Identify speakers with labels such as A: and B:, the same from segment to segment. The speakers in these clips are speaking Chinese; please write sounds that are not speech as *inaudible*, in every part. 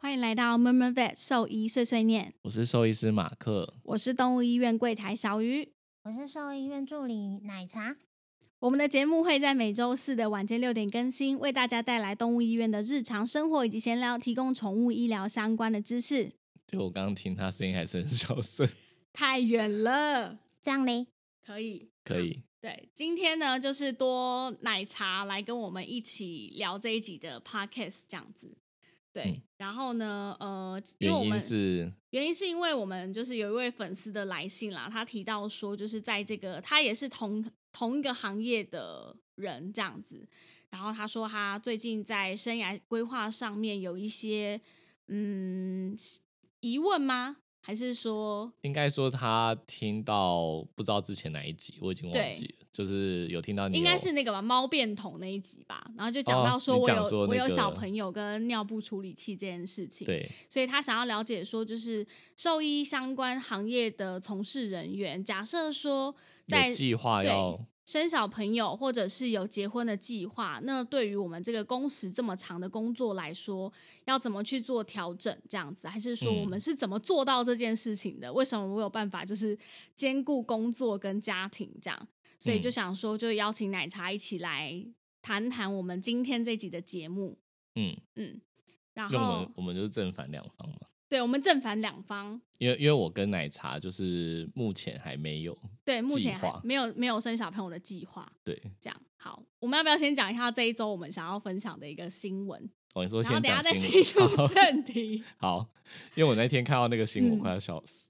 A: 欢迎来到 Murmur Vet 兽医碎碎念，
B: 我是兽医师马克。
A: 我是动物医院柜台小鱼。
C: 我是兽医院助理奶茶。
A: 我们的节目会在每周四的晚间六点更新，为大家带来动物医院的日常生活以及闲聊，提供宠物医疗相关的知识。
B: 就我刚刚听他声音还是很小 *laughs* 声，
A: 太远了，
C: 这样嘞，
A: 可以。
B: 可以。
A: 对，今天呢，就是多奶茶来跟我们一起聊这一集的 podcast 这样子。对，
B: 嗯
A: 然后呢，呃，因为我
B: 原
A: 们
B: 因是
A: 原因是因为我们就是有一位粉丝的来信啦，他提到说，就是在这个他也是同同一个行业的人这样子，然后他说他最近在生涯规划上面有一些嗯疑问吗？还是说
B: 应该说他听到不知道之前哪一集，我已经忘记了，就是有听到你
A: 应该
B: 有
A: 是那个吧，猫便桶那一集吧，然后就讲到
B: 哦
A: 说
B: 你
A: 我有、
B: 讲说
A: 我
B: 那
A: 有小
B: 个
A: 朋友跟尿布处理器这件事情，
B: 对
A: 所以他想要了解说，就是兽医相关行业的从事人员，假设说在
B: 有计划
A: 对
B: 要
A: 生小朋友或者是有结婚的计划，那对于我们这个工时这么长的工作来说，要怎么去做调整？这样子，还是说
B: 嗯
A: 我们是怎么做到这件事情的？为什么我有办法就是兼顾工作跟家庭这样？所以就
B: 嗯
A: 想说，就邀请奶茶一起来谈谈我们今天这集的节目，
B: 嗯，
A: 嗯，然
B: 因为我
A: 后
B: 们我们就是正反两方嘛。
A: 对我们正反两方，
B: 因为因为我跟奶茶就是目前还没有
A: 对目
B: 计
A: 前还
B: 划
A: 没有没有生小朋友的计划，
B: 对
A: 这样好，我们要不要先讲一下这一周我们想要分享的一个新闻？
B: 哦，你说
A: 然后
B: 先
A: 等一下
B: 讲
A: 再
B: 新
A: 进
B: 闻
A: 入
B: 好
A: 正题。
B: 好，因为我那天看到那个新闻，
A: 嗯
B: 我快要笑死。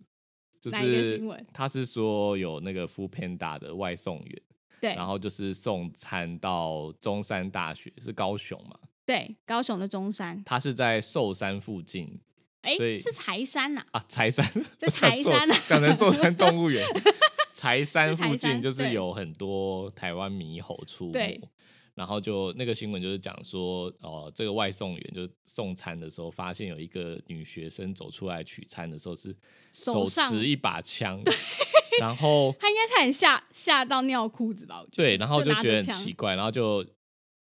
B: 就
A: 哪一个
B: 是
A: 新闻
B: 他是说有那个 Food Panda 的外送员，
A: *laughs* 对，
B: 然后就是送餐到中山大学，是高雄嘛？
A: 对，高雄的中山，
B: 他是在寿山附近
A: 哎，
B: 所以
A: 是柴山呐、
B: 啊，柴山，
A: 在柴山啊
B: 讲成寿山动物园，
A: *laughs*
B: 柴山附
A: 在柴山
B: 近就是
A: 对
B: 有很多台湾猕猴出
A: 对
B: 没。然后就那个新闻就是讲说，哦，这个外送员就送餐的时候，发现有一个女学生走出来取餐的时候是
A: 手
B: 手
A: 上
B: 持一把枪，然后
A: 他应该差点吓吓到尿裤子吧？我觉得
B: 对，然后
A: 就
B: 就
A: 拿
B: 觉得
A: 着
B: 很
A: 枪
B: 奇怪，然后就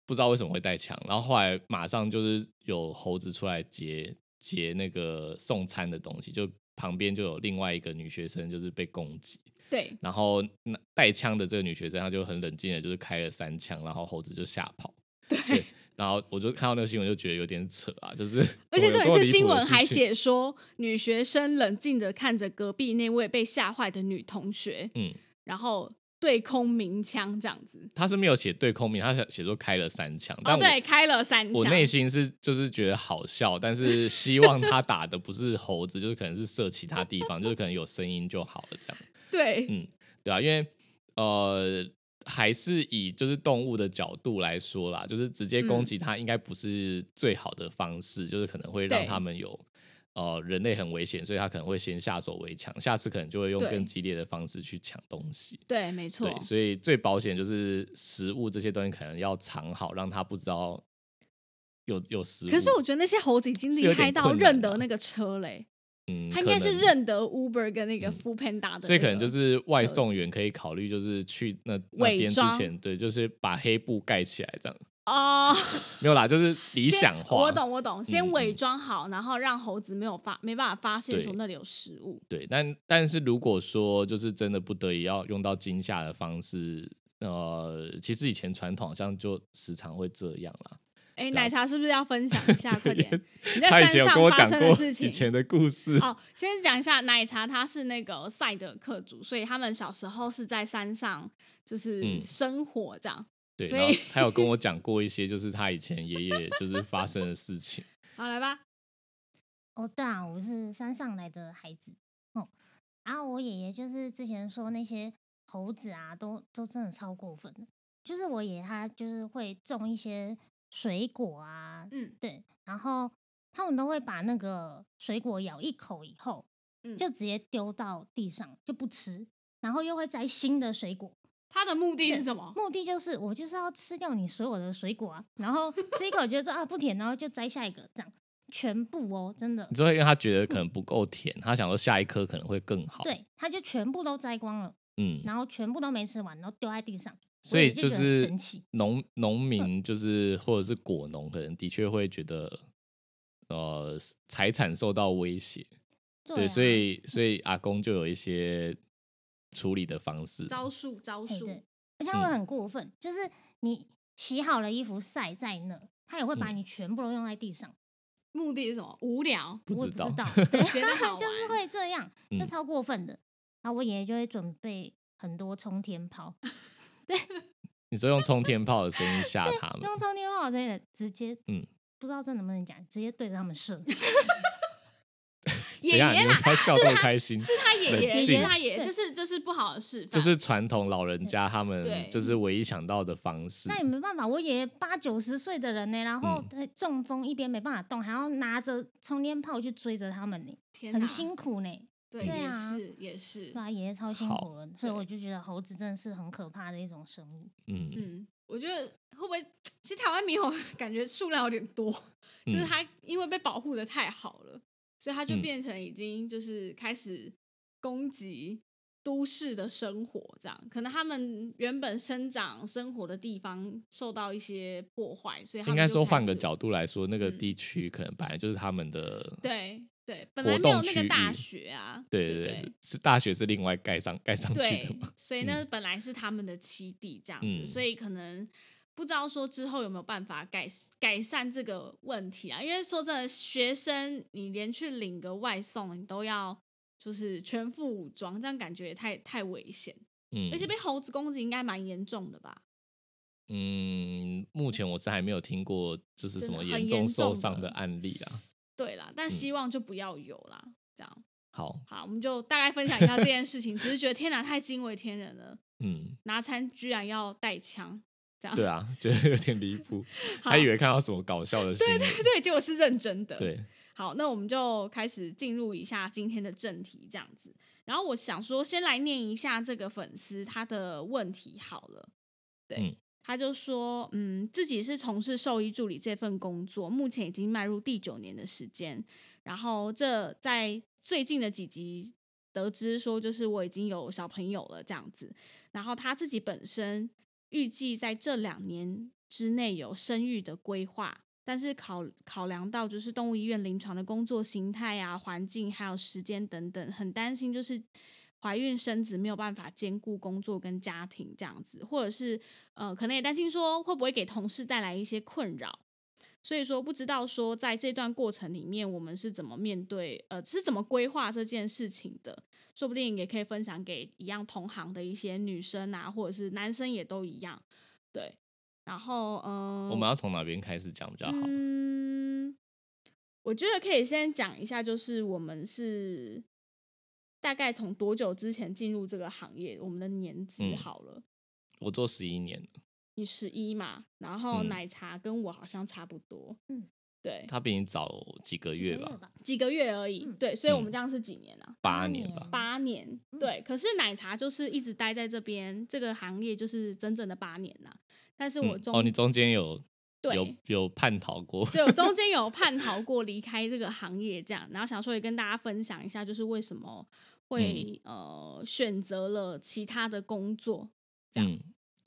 B: 不知道为什么会带枪，然后后来马上就是有猴子出来劫劫那个送餐的东西，就旁边就有另外一个女学生就是被攻击，
A: 对
B: 然后那带枪的这个女学生她就很冷静的，就是开了三枪，然后猴子就吓跑。对，然后我就看到那个新闻，就觉得有点扯啊，就是 *laughs*
A: 而且重
B: 怎么有
A: 点
B: 么
A: 是
B: 离
A: 新
B: 谱的
A: 闻
B: 事
A: 还
B: 情，
A: 写说，女学生冷静的看着隔壁那位被吓坏的女同学，
B: 嗯，
A: 然后对空鸣枪这样子。
B: 他是没有写对空名，他写写说开了三枪，但
A: 哦，
B: 我、
A: 对，开了三
B: 我
A: 枪。
B: 内心是就是觉得好笑，但是希望他打的不是猴子，就是可能是射其他地
A: *laughs*
B: 方，就是可能有声音就好了，这样
A: 对、
B: 嗯对啊，因为呃还是以就是动物的角度来说啦，就是直接攻
A: 嗯
B: 击它应该不是最好的方式，就是可能会让
A: 对
B: 他们有。呃，人类很危险，所以他可能会先下手为强，下次可能就会用
A: 对
B: 更激烈的方式去抢东西。
A: 对，没错
B: 对，，所以最保险就是食物这些东西可能要藏好，让它不知道有有食物。
A: 可是我觉得那些猴子已经
B: 是
A: 厉
B: 有点
A: 害到
B: 困难
A: 认得
B: 啊
A: 那个车嘞、
B: 嗯，
A: 他应该
B: 可能
A: 是，认得 Uber 跟那个
B: 嗯
A: f o o Panda 的、
B: 所以可能就是外
A: 车
B: 送员可以考虑，就是去那那
A: 伪
B: 边之
A: 装
B: 前，对，就是把黑布盖起来这样。
A: 哦。
B: 没有啦，就是理
A: 先
B: 想化。
A: 我懂，。我懂，先
B: 嗯
A: 伪
B: 嗯
A: 装好，然后让猴子没有发没办法发现
B: 对
A: 说那里有食物。
B: 对，但但是如果说就是真的不得已要用到惊吓的方式，呃，其实以前传统好像就时常会这样啦。
A: 哎，
B: 对啊
A: 奶茶是不是要分享一
B: *laughs*
A: 下？快点，你在
B: 他以
A: 山
B: 前有
A: 上
B: 跟我
A: 发
B: 讲
A: 生的
B: 过
A: 事情
B: 以。
A: *laughs*
B: 前的故事。
A: 哦，先讲一下奶茶，他是那个赛德克族，所以他们小时候是在山上就是
B: 嗯
A: 生活这样。
B: 对，
A: 所
B: 然后
A: 以
B: 他有跟我讲过一些，就是他以前爷爷就是发生的事情。
A: 好，来吧，
C: 哦，对啊，我是山上来的孩子。哦，啊，我爷爷就是之前说那些猴子啊，都都真的超过分的。就是我爷他就是会种一些水果啊，
A: 嗯
C: 对，然后他们都会把那个水果咬一口以后，
A: 嗯
C: 就直接丢到地上就不吃，然后又会摘新的水果，
A: 他的目的是什么？
C: 目的就是我就是要吃掉你所有的水果啊，然后吃一口觉得说啊不甜，然后就摘下一个，这样全部哦，真的
B: 你，只会让他觉得可能不够甜，他想说下一颗可能会更好。，
C: 对，他就全部都摘光了，
B: 嗯，
C: 然后全部都没吃完，然后丢在地上，
B: 所以
C: 我就
B: 就
C: 觉得很
B: 是
C: 神奇
B: 农农民就是或者是果农，可能的确会觉得呃财产受到威胁，对，
C: 啊
B: 所以所以阿公就有一些处理的方式。
A: 招数，招
C: 哎
A: 数。
C: 对，而且他会
B: 嗯
C: 很过分，就是你洗好了衣服晒在那，他也会把
B: 嗯
C: 你全部都用在地上，
A: 目的是什么？无聊，
B: 不
C: 我也
B: 知道
C: 不知道，
B: *laughs*
C: 对，
A: 觉得好玩
C: 就是会这样，
B: 嗯
C: 这超过分的。然后我爷爷就会准备很多冲天炮，
B: 你说用冲天炮的声音吓他们，
C: 用冲天炮之类的，直接
B: 嗯
C: 嗯，不知道这能不能讲，直接对着他们
B: *laughs*
C: 射。
A: 爷
B: 等一下你
A: 爷
B: 们
A: 啦，
B: 他笑这么开心，
A: 是他爷
B: 冷
A: 爷，
B: 静
A: 是他爷爷，
C: 对
A: 这是这是不好的示范，
B: 就是传统老人家他们
A: 对
B: 就是唯一想到的方式
C: 那。也没办法，我爷爷八九十岁的人呢，然
B: 嗯
C: 后他中风一边没办法动，还要拿着冲天炮去追着他们呢，
A: 天哪
C: 很，辛苦呢。
A: 对，
C: 对
A: 也
C: 啊
A: 是也是
C: 对，啊，爷爷超辛
B: 好
C: 苦的，所
A: 对
C: 以我就觉得猴子真的是很可怕的一种生物。
B: 嗯，
A: 嗯，我觉得会不会，其实台湾猕猴 *laughs* 感觉数量有点多，
B: 嗯
A: 就是它因为被保护的太好了，所以它就
B: 嗯
A: 变成已经就是开始攻击都市的生活，这样可能他们原本生长生活的地方受到一些破坏，所以他
B: 应
A: 们
B: 该
A: 就
B: 说
A: 开
B: 换个
A: 始
B: 角度来说，那个
A: 嗯
B: 地区可能本来就是他们的
A: 对对，本
B: 活
A: 来没有
B: 动
A: 那
B: 区
A: 个大
B: 域
A: 学啊，
B: 对
A: 对
B: 对对，是大学是另外盖上盖上去的
A: 对
B: 嘛？，
A: 所以呢，本来是他们的基地这样子，
B: 嗯
A: 所以可能不知道说之后有没有办法改改善这个问题啊？因为说真的，学生你连去领个外送，你都要就是全副武装，这样感觉也太太危险，
B: 嗯，
A: 而且被猴子攻击应该蛮严重的吧？
B: 嗯，目前我是还没有听过就是什
A: 真的
B: 么
A: 很
B: 严
A: 严
B: 重受
A: 重
B: 伤
A: 的
B: 的案例
A: *laughs*
B: 啊。
A: 对啦，但希望就不要有啦。这样
B: 好，
A: 好，我们就大概分享一下这件事情，只是觉得天哪，太惊为天人了，
B: 嗯，
A: 拿餐居然要带枪，这样
B: 对啊， *laughs* 觉得有点离
A: *laughs*
B: 谱，还以为看到什么搞笑的新闻。
A: 对，结果是认真的，
B: 对，
A: 好，那我们就开始进入一下今天的正题，这样子。然后我想说，先来念一下这个粉丝他的问题好了。对，
B: 嗯
A: 他就说，嗯，自己是从事兽医助理这份工作，目前已经迈入第九年的时间。然后这在最近的几集得知说，就是我已经有小朋友了这样子。然后他自己本身预计在这两年之内有生育的规划，但是考考量到就是动物医院临床的工作形态啊、环境还有时间等等，很担心就是怀孕生子没有办法兼顾工作跟家庭这样子，或者是呃，可能也担心说会不会给同事带来一些困扰。所以说，不知道说在这段过程里面，我们是怎么面对，呃，是怎么规划这件事情的？说不定也可以分享给一样同行的一些女生啊，或者是男生也都一样。对，然后嗯，
B: 我们要从哪边开始讲比较好？
A: 嗯，我觉得可以先讲一下，就是我们是大概从多久之前进入这个行业，我们的年资
B: 嗯
A: 好了。
B: 我做十一年了，
A: 你十一嘛，然后
B: 嗯
A: 奶茶跟我好像差不多，
C: 嗯，
A: 对，
B: 他比你早几个月
C: 几个
B: 吧，
C: 吧，
A: 几个月而已，
C: 嗯
A: 对，所以我们
B: 嗯
A: 这样是几年啊？
B: 八
C: 八
B: 年
C: 年
B: 吧。
A: 八年，
C: 嗯
A: 对。可是奶茶就是一直待在这边这个行业，就是整整的八年呐、但是我
B: 嗯
A: 中、
B: 哦，你中间有
A: 对
B: 有有叛逃过，
A: 对我中间有叛逃过离开这个行业，这样，然后想说也跟大家分享一下，就是为什么会、
B: 嗯
A: 呃选择了其他的工作，这样
B: 嗯，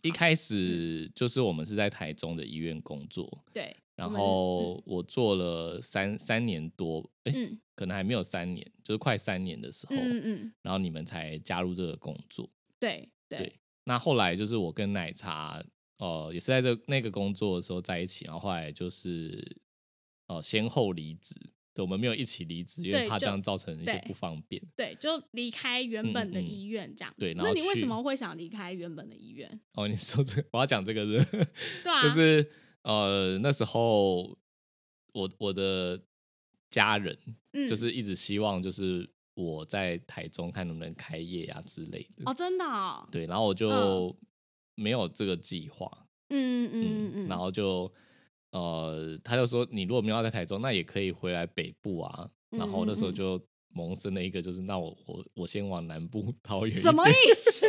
B: 一开始就是我们是在台中的医院工作，
A: 对，
B: 然
A: 我们嗯
B: 后我做了三三年多，哎、
A: 嗯
B: 可能还没有三年，就是快三年的时候，
A: 嗯嗯嗯，
B: 哎然后你们才加入这个工作。
A: 对对
B: 对那后来就是我跟奶茶，呃，也是在这那个工作的时候在一起，然后后来就是呃先后离职，对，我们没有一起离职，因为
A: 对
B: 怕这
A: 就
B: 样造成一些
A: 对
B: 不方便。
A: 对，就离开原本的
B: 嗯嗯
A: 医院这样子。
B: 对然
A: 那
B: 后
A: 你为什
B: 去
A: 么会想离开原本的医院？
B: 哦，你说这个，我要讲这个是不是，
A: 对啊
B: 就是呃那时候我我的家人
A: 嗯，
B: 就是一直希望就是我在台中看能不能开业啊之类的。
A: 哦，真的、哦，
B: 对，然后我就
A: 嗯
B: 没有这个计划，
A: 嗯嗯嗯嗯，
B: 然后就呃，他就说你如果没有要在台中，那也可以回来北部啊。然后我那时
A: 嗯
B: 候
A: 嗯嗯
B: 就萌生了一个，就是那我我我先往南部 *laughs* 桃园一
A: 嗯什么
B: 点
A: 意
B: *laughs*
A: 思？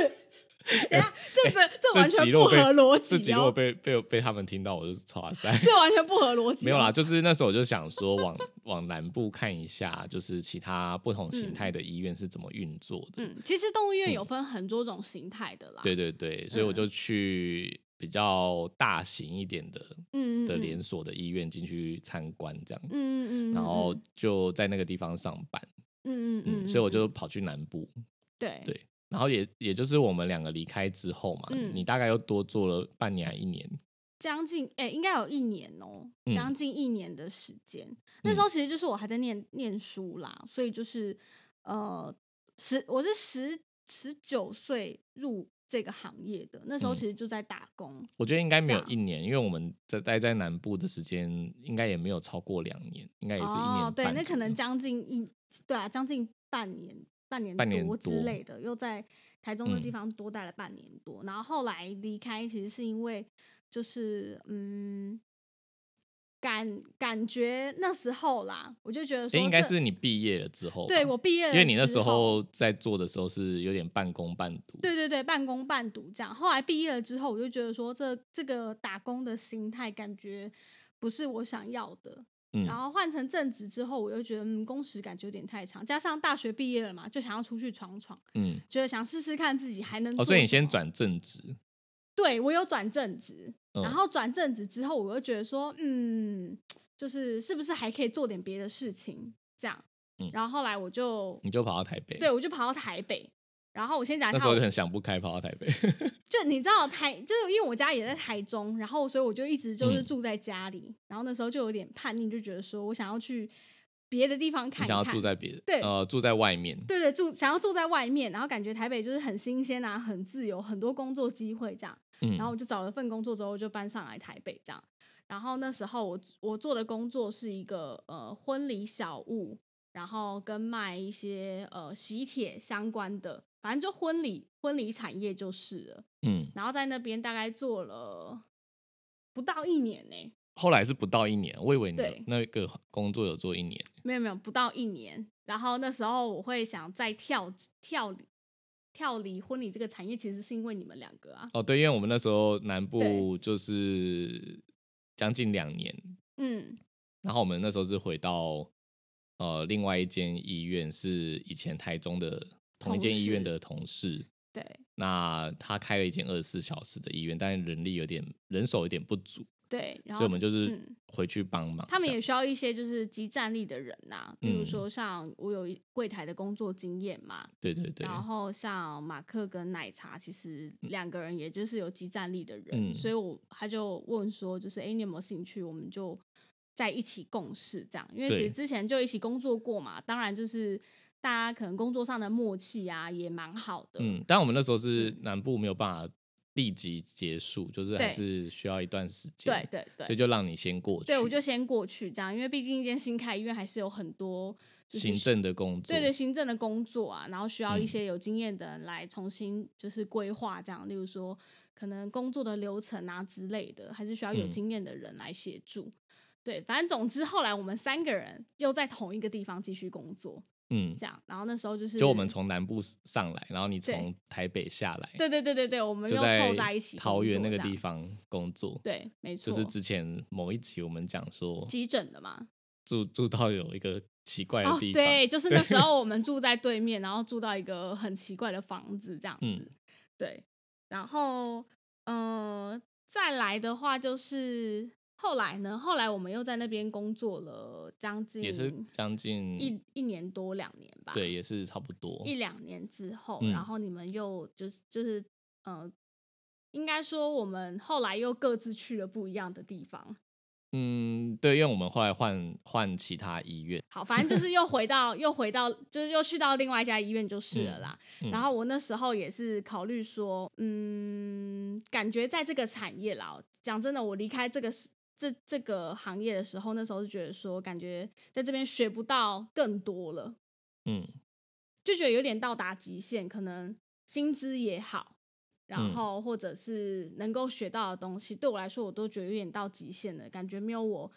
A: 等一下，这这这完
B: 哎集
A: 全
B: 如
A: 不
B: 果被
A: 合逻
B: 这集
A: 辑
B: 如果
A: 哦，
B: 被被被他们听到，我就是超塞。
A: 这完全不合逻辑。哦
B: 没有啦，，就是那时候我就想说往 *laughs* 往南部看一下，就是其他不同形态的医院是怎么运作的。
A: 嗯，其实动物医院有分很多种形态的啦，
B: 对对
A: 嗯
B: 对，所以我就去比较大型一点的、
A: 嗯，嗯
B: 的连
A: 嗯
B: 锁的医院进去参观这样，
A: 嗯嗯嗯，
B: 然后
A: 嗯
B: 就在那个地方上班。
A: 嗯嗯
B: 嗯，
A: 嗯，
B: 所以我就
A: 嗯
B: 跑去南部，
A: 对
B: 对然后也也就是我们两个离开之后嘛，
A: 嗯
B: 你大概又多做了半年还一年。
A: 将近哎、应该有一年哦、
B: 嗯
A: 将近一年的时间。那时候其实就是我还在念念书啦，所以就是呃十我是十十九岁入这个行业的，那时候
B: 嗯
A: 其实就在打工。
B: 我觉得应该没有
A: 这样
B: 一年，因为我们在待在南部的时间应该也没有超过两年，应该也是一年半左右、
A: 哦，对，那可能将近一，对啊，将近半年，半年
B: 半年
A: 多之
B: 多
A: 类的，又在台中的地
B: 嗯
A: 方多待了半年多，然后后来离开，其实是因为就是嗯，感感觉那时候啦，我就觉得
B: 诶
A: 说
B: 应该
A: 这
B: 是你毕业了之后吧，
A: 对我毕业了
B: 因
A: 之后，
B: 为你那时候在做的时候是有点半工半读，
A: 对对对，半工半读这样。后来毕业了之后，我就觉得说这这个打工的心态感觉不是我想要的。
B: 嗯
A: 然后换成正职之后，我又觉得嗯，工时感觉有点太长，加上大学毕业了嘛，就想要出去闯闯，
B: 嗯，
A: 觉得想试试看自己还能做
B: 哦，所以你
A: 什
B: 先
A: 么，
B: 转正职，
A: 对我有转正职，
B: 嗯
A: 然后转正职之后，我又觉得说，嗯，就是是不是还可以做点别的事情这样。
B: 嗯
A: 然后后来我就
B: 你就跑到台北，
A: 对，我就跑到台北，然后我先讲一
B: 那
A: 下
B: 时候
A: 我
B: 就很想不开，跑到台北，
A: 就你知道台，就是因为我家也在台中，然后所以我就一直就是
B: 嗯
A: 住在家里，然后那时候就有点叛逆，就觉得说我想要去别的地方看
B: 你
A: 一
B: 想要
A: 看，
B: 住在别的，
A: 对
B: 呃，住在外面，
A: 对对住想要住在外面，然后感觉台北就是很新鲜啊，很自由，很多工作机会这样，
B: 嗯，
A: 然后我就找了份工作之后就搬上来台北这样，然后那时候我我做的工作是一个呃婚礼小物，然后跟卖一些呃喜帖相关的，反正就婚礼婚礼产业就是了。
B: 嗯，
A: 然后在那边大概做了不到一年呢、
B: 后来是不到一年，我以为你
A: 对
B: 那个工作有做一年，
A: 没有没有不到一年。然后那时候我会想再跳跳跳离婚礼这个产业，其实是因为你们两个啊，
B: 哦，对，因为我们那时候南部
A: 对
B: 就是将近两年，
A: 嗯，
B: 然后我们那时候是回到呃另外一间医院，是以前台中的同一间医院的同事。
A: 对
B: 那他开了一间二十四小时的医院，但是人力有点人手有点不足，
A: 对，然
B: 所
A: 后
B: 以我们就是
A: 嗯
B: 回去帮忙这样。
A: 他们也需要一些就是集战力的人呐、比如
B: 嗯
A: 说像我有一柜台的工作经验嘛，
B: 对对对，
A: 然后像马克跟奶茶，其实两个人也就是有集战力的人，
B: 嗯
A: 所以我他就问说，就是哎、诶你有没有兴趣？我们就在一起共事这样，因为其
B: 对
A: 实之前就一起工作过嘛，当然就是大家可能工作上的默契啊，也蛮好的。
B: 嗯，但我们那时候是南部没有办法立即结束，就是还
A: 对
B: 是需要一段时间。
A: 对对
B: 所以
A: 对，
B: 就让你先过去。
A: 对我就先过去这样，因为毕竟一间新开医院还是有很多就是
B: 行政的工作。
A: 对对，行政的工作啊，然后需要一
B: 嗯
A: 些有经验的人来重新就是规划这样，例如说可能工作的流程啊之类的，还是需要有
B: 嗯
A: 经验的人来协助。对，反正总之后来我们三个人又在同一个地方继续工作，
B: 嗯，
A: 这样。然后那时候就是
B: 就我们从南部上来，然后你
A: 对
B: 从台北下来，
A: 对对对对对，我们
B: 就
A: 又
B: 在
A: 凑在一起工
B: 桃
A: 作
B: 园那个
A: 这样
B: 地，方工作，
A: 对，没
B: 就
A: 错，
B: 是之前某一集我们讲说
A: 急诊的嘛。
B: 住住到有一个奇怪的
A: 哦，
B: 地方，
A: 对，就是那时候我们住在对面，然后住到一个很奇怪的房子这样子。
B: 嗯
A: 对，然后呃，再来的话就是后来呢，后来我们又在那边工作了将近
B: 也是将近
A: 一一年多两年吧，
B: 对，，也是差不多，
A: 一两年之后，
B: 嗯
A: 然后你们又就是就是呃，应该说我们后来又各自去了不一样的地方。
B: 嗯，对，因为我们后来换换其他医院，
A: 好，反正就是又回到又回到就是又去到另外一家医院就是了
B: 嗯
A: 啦。
B: 嗯
A: 然后我那时候也是考虑说，嗯，感觉在这个产业啦，讲真的，我离开这个是这这个行业的时候，那时候是觉得说，感觉在这边学不到更多了。
B: 嗯，
A: 就觉得有点到达极限，可能薪资也好，然
B: 嗯
A: 后或者是能够学到的东西，对我来说我都觉得有点到极限了，感觉没有我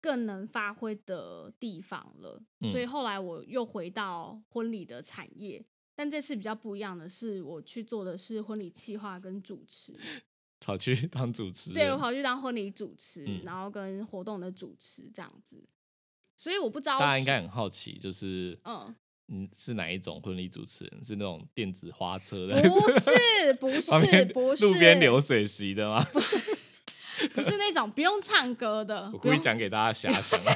A: 更能发挥的地方了。所以
B: 嗯
A: 后来我又回到婚礼的产业，但这次比较不一样的是，我去做的是婚礼企划跟主持。
B: 跑去 *laughs* 当主持人，
A: 对我跑去当婚礼主持，
B: 嗯
A: 然后跟活动的主持这样子。所以我不知道，
B: 大家应该很好奇，就是 *laughs*
A: 嗯，
B: 嗯是哪一种婚礼主持人？是那种电子花车的， *laughs*
A: 不是不
B: 旁
A: 是
B: 边
A: 不是
B: 路边流水席的 *laughs* 吗？
A: 不是那种不用唱歌的，
B: 我
A: 不
B: 故意
A: 用
B: 讲给大家遐想啊，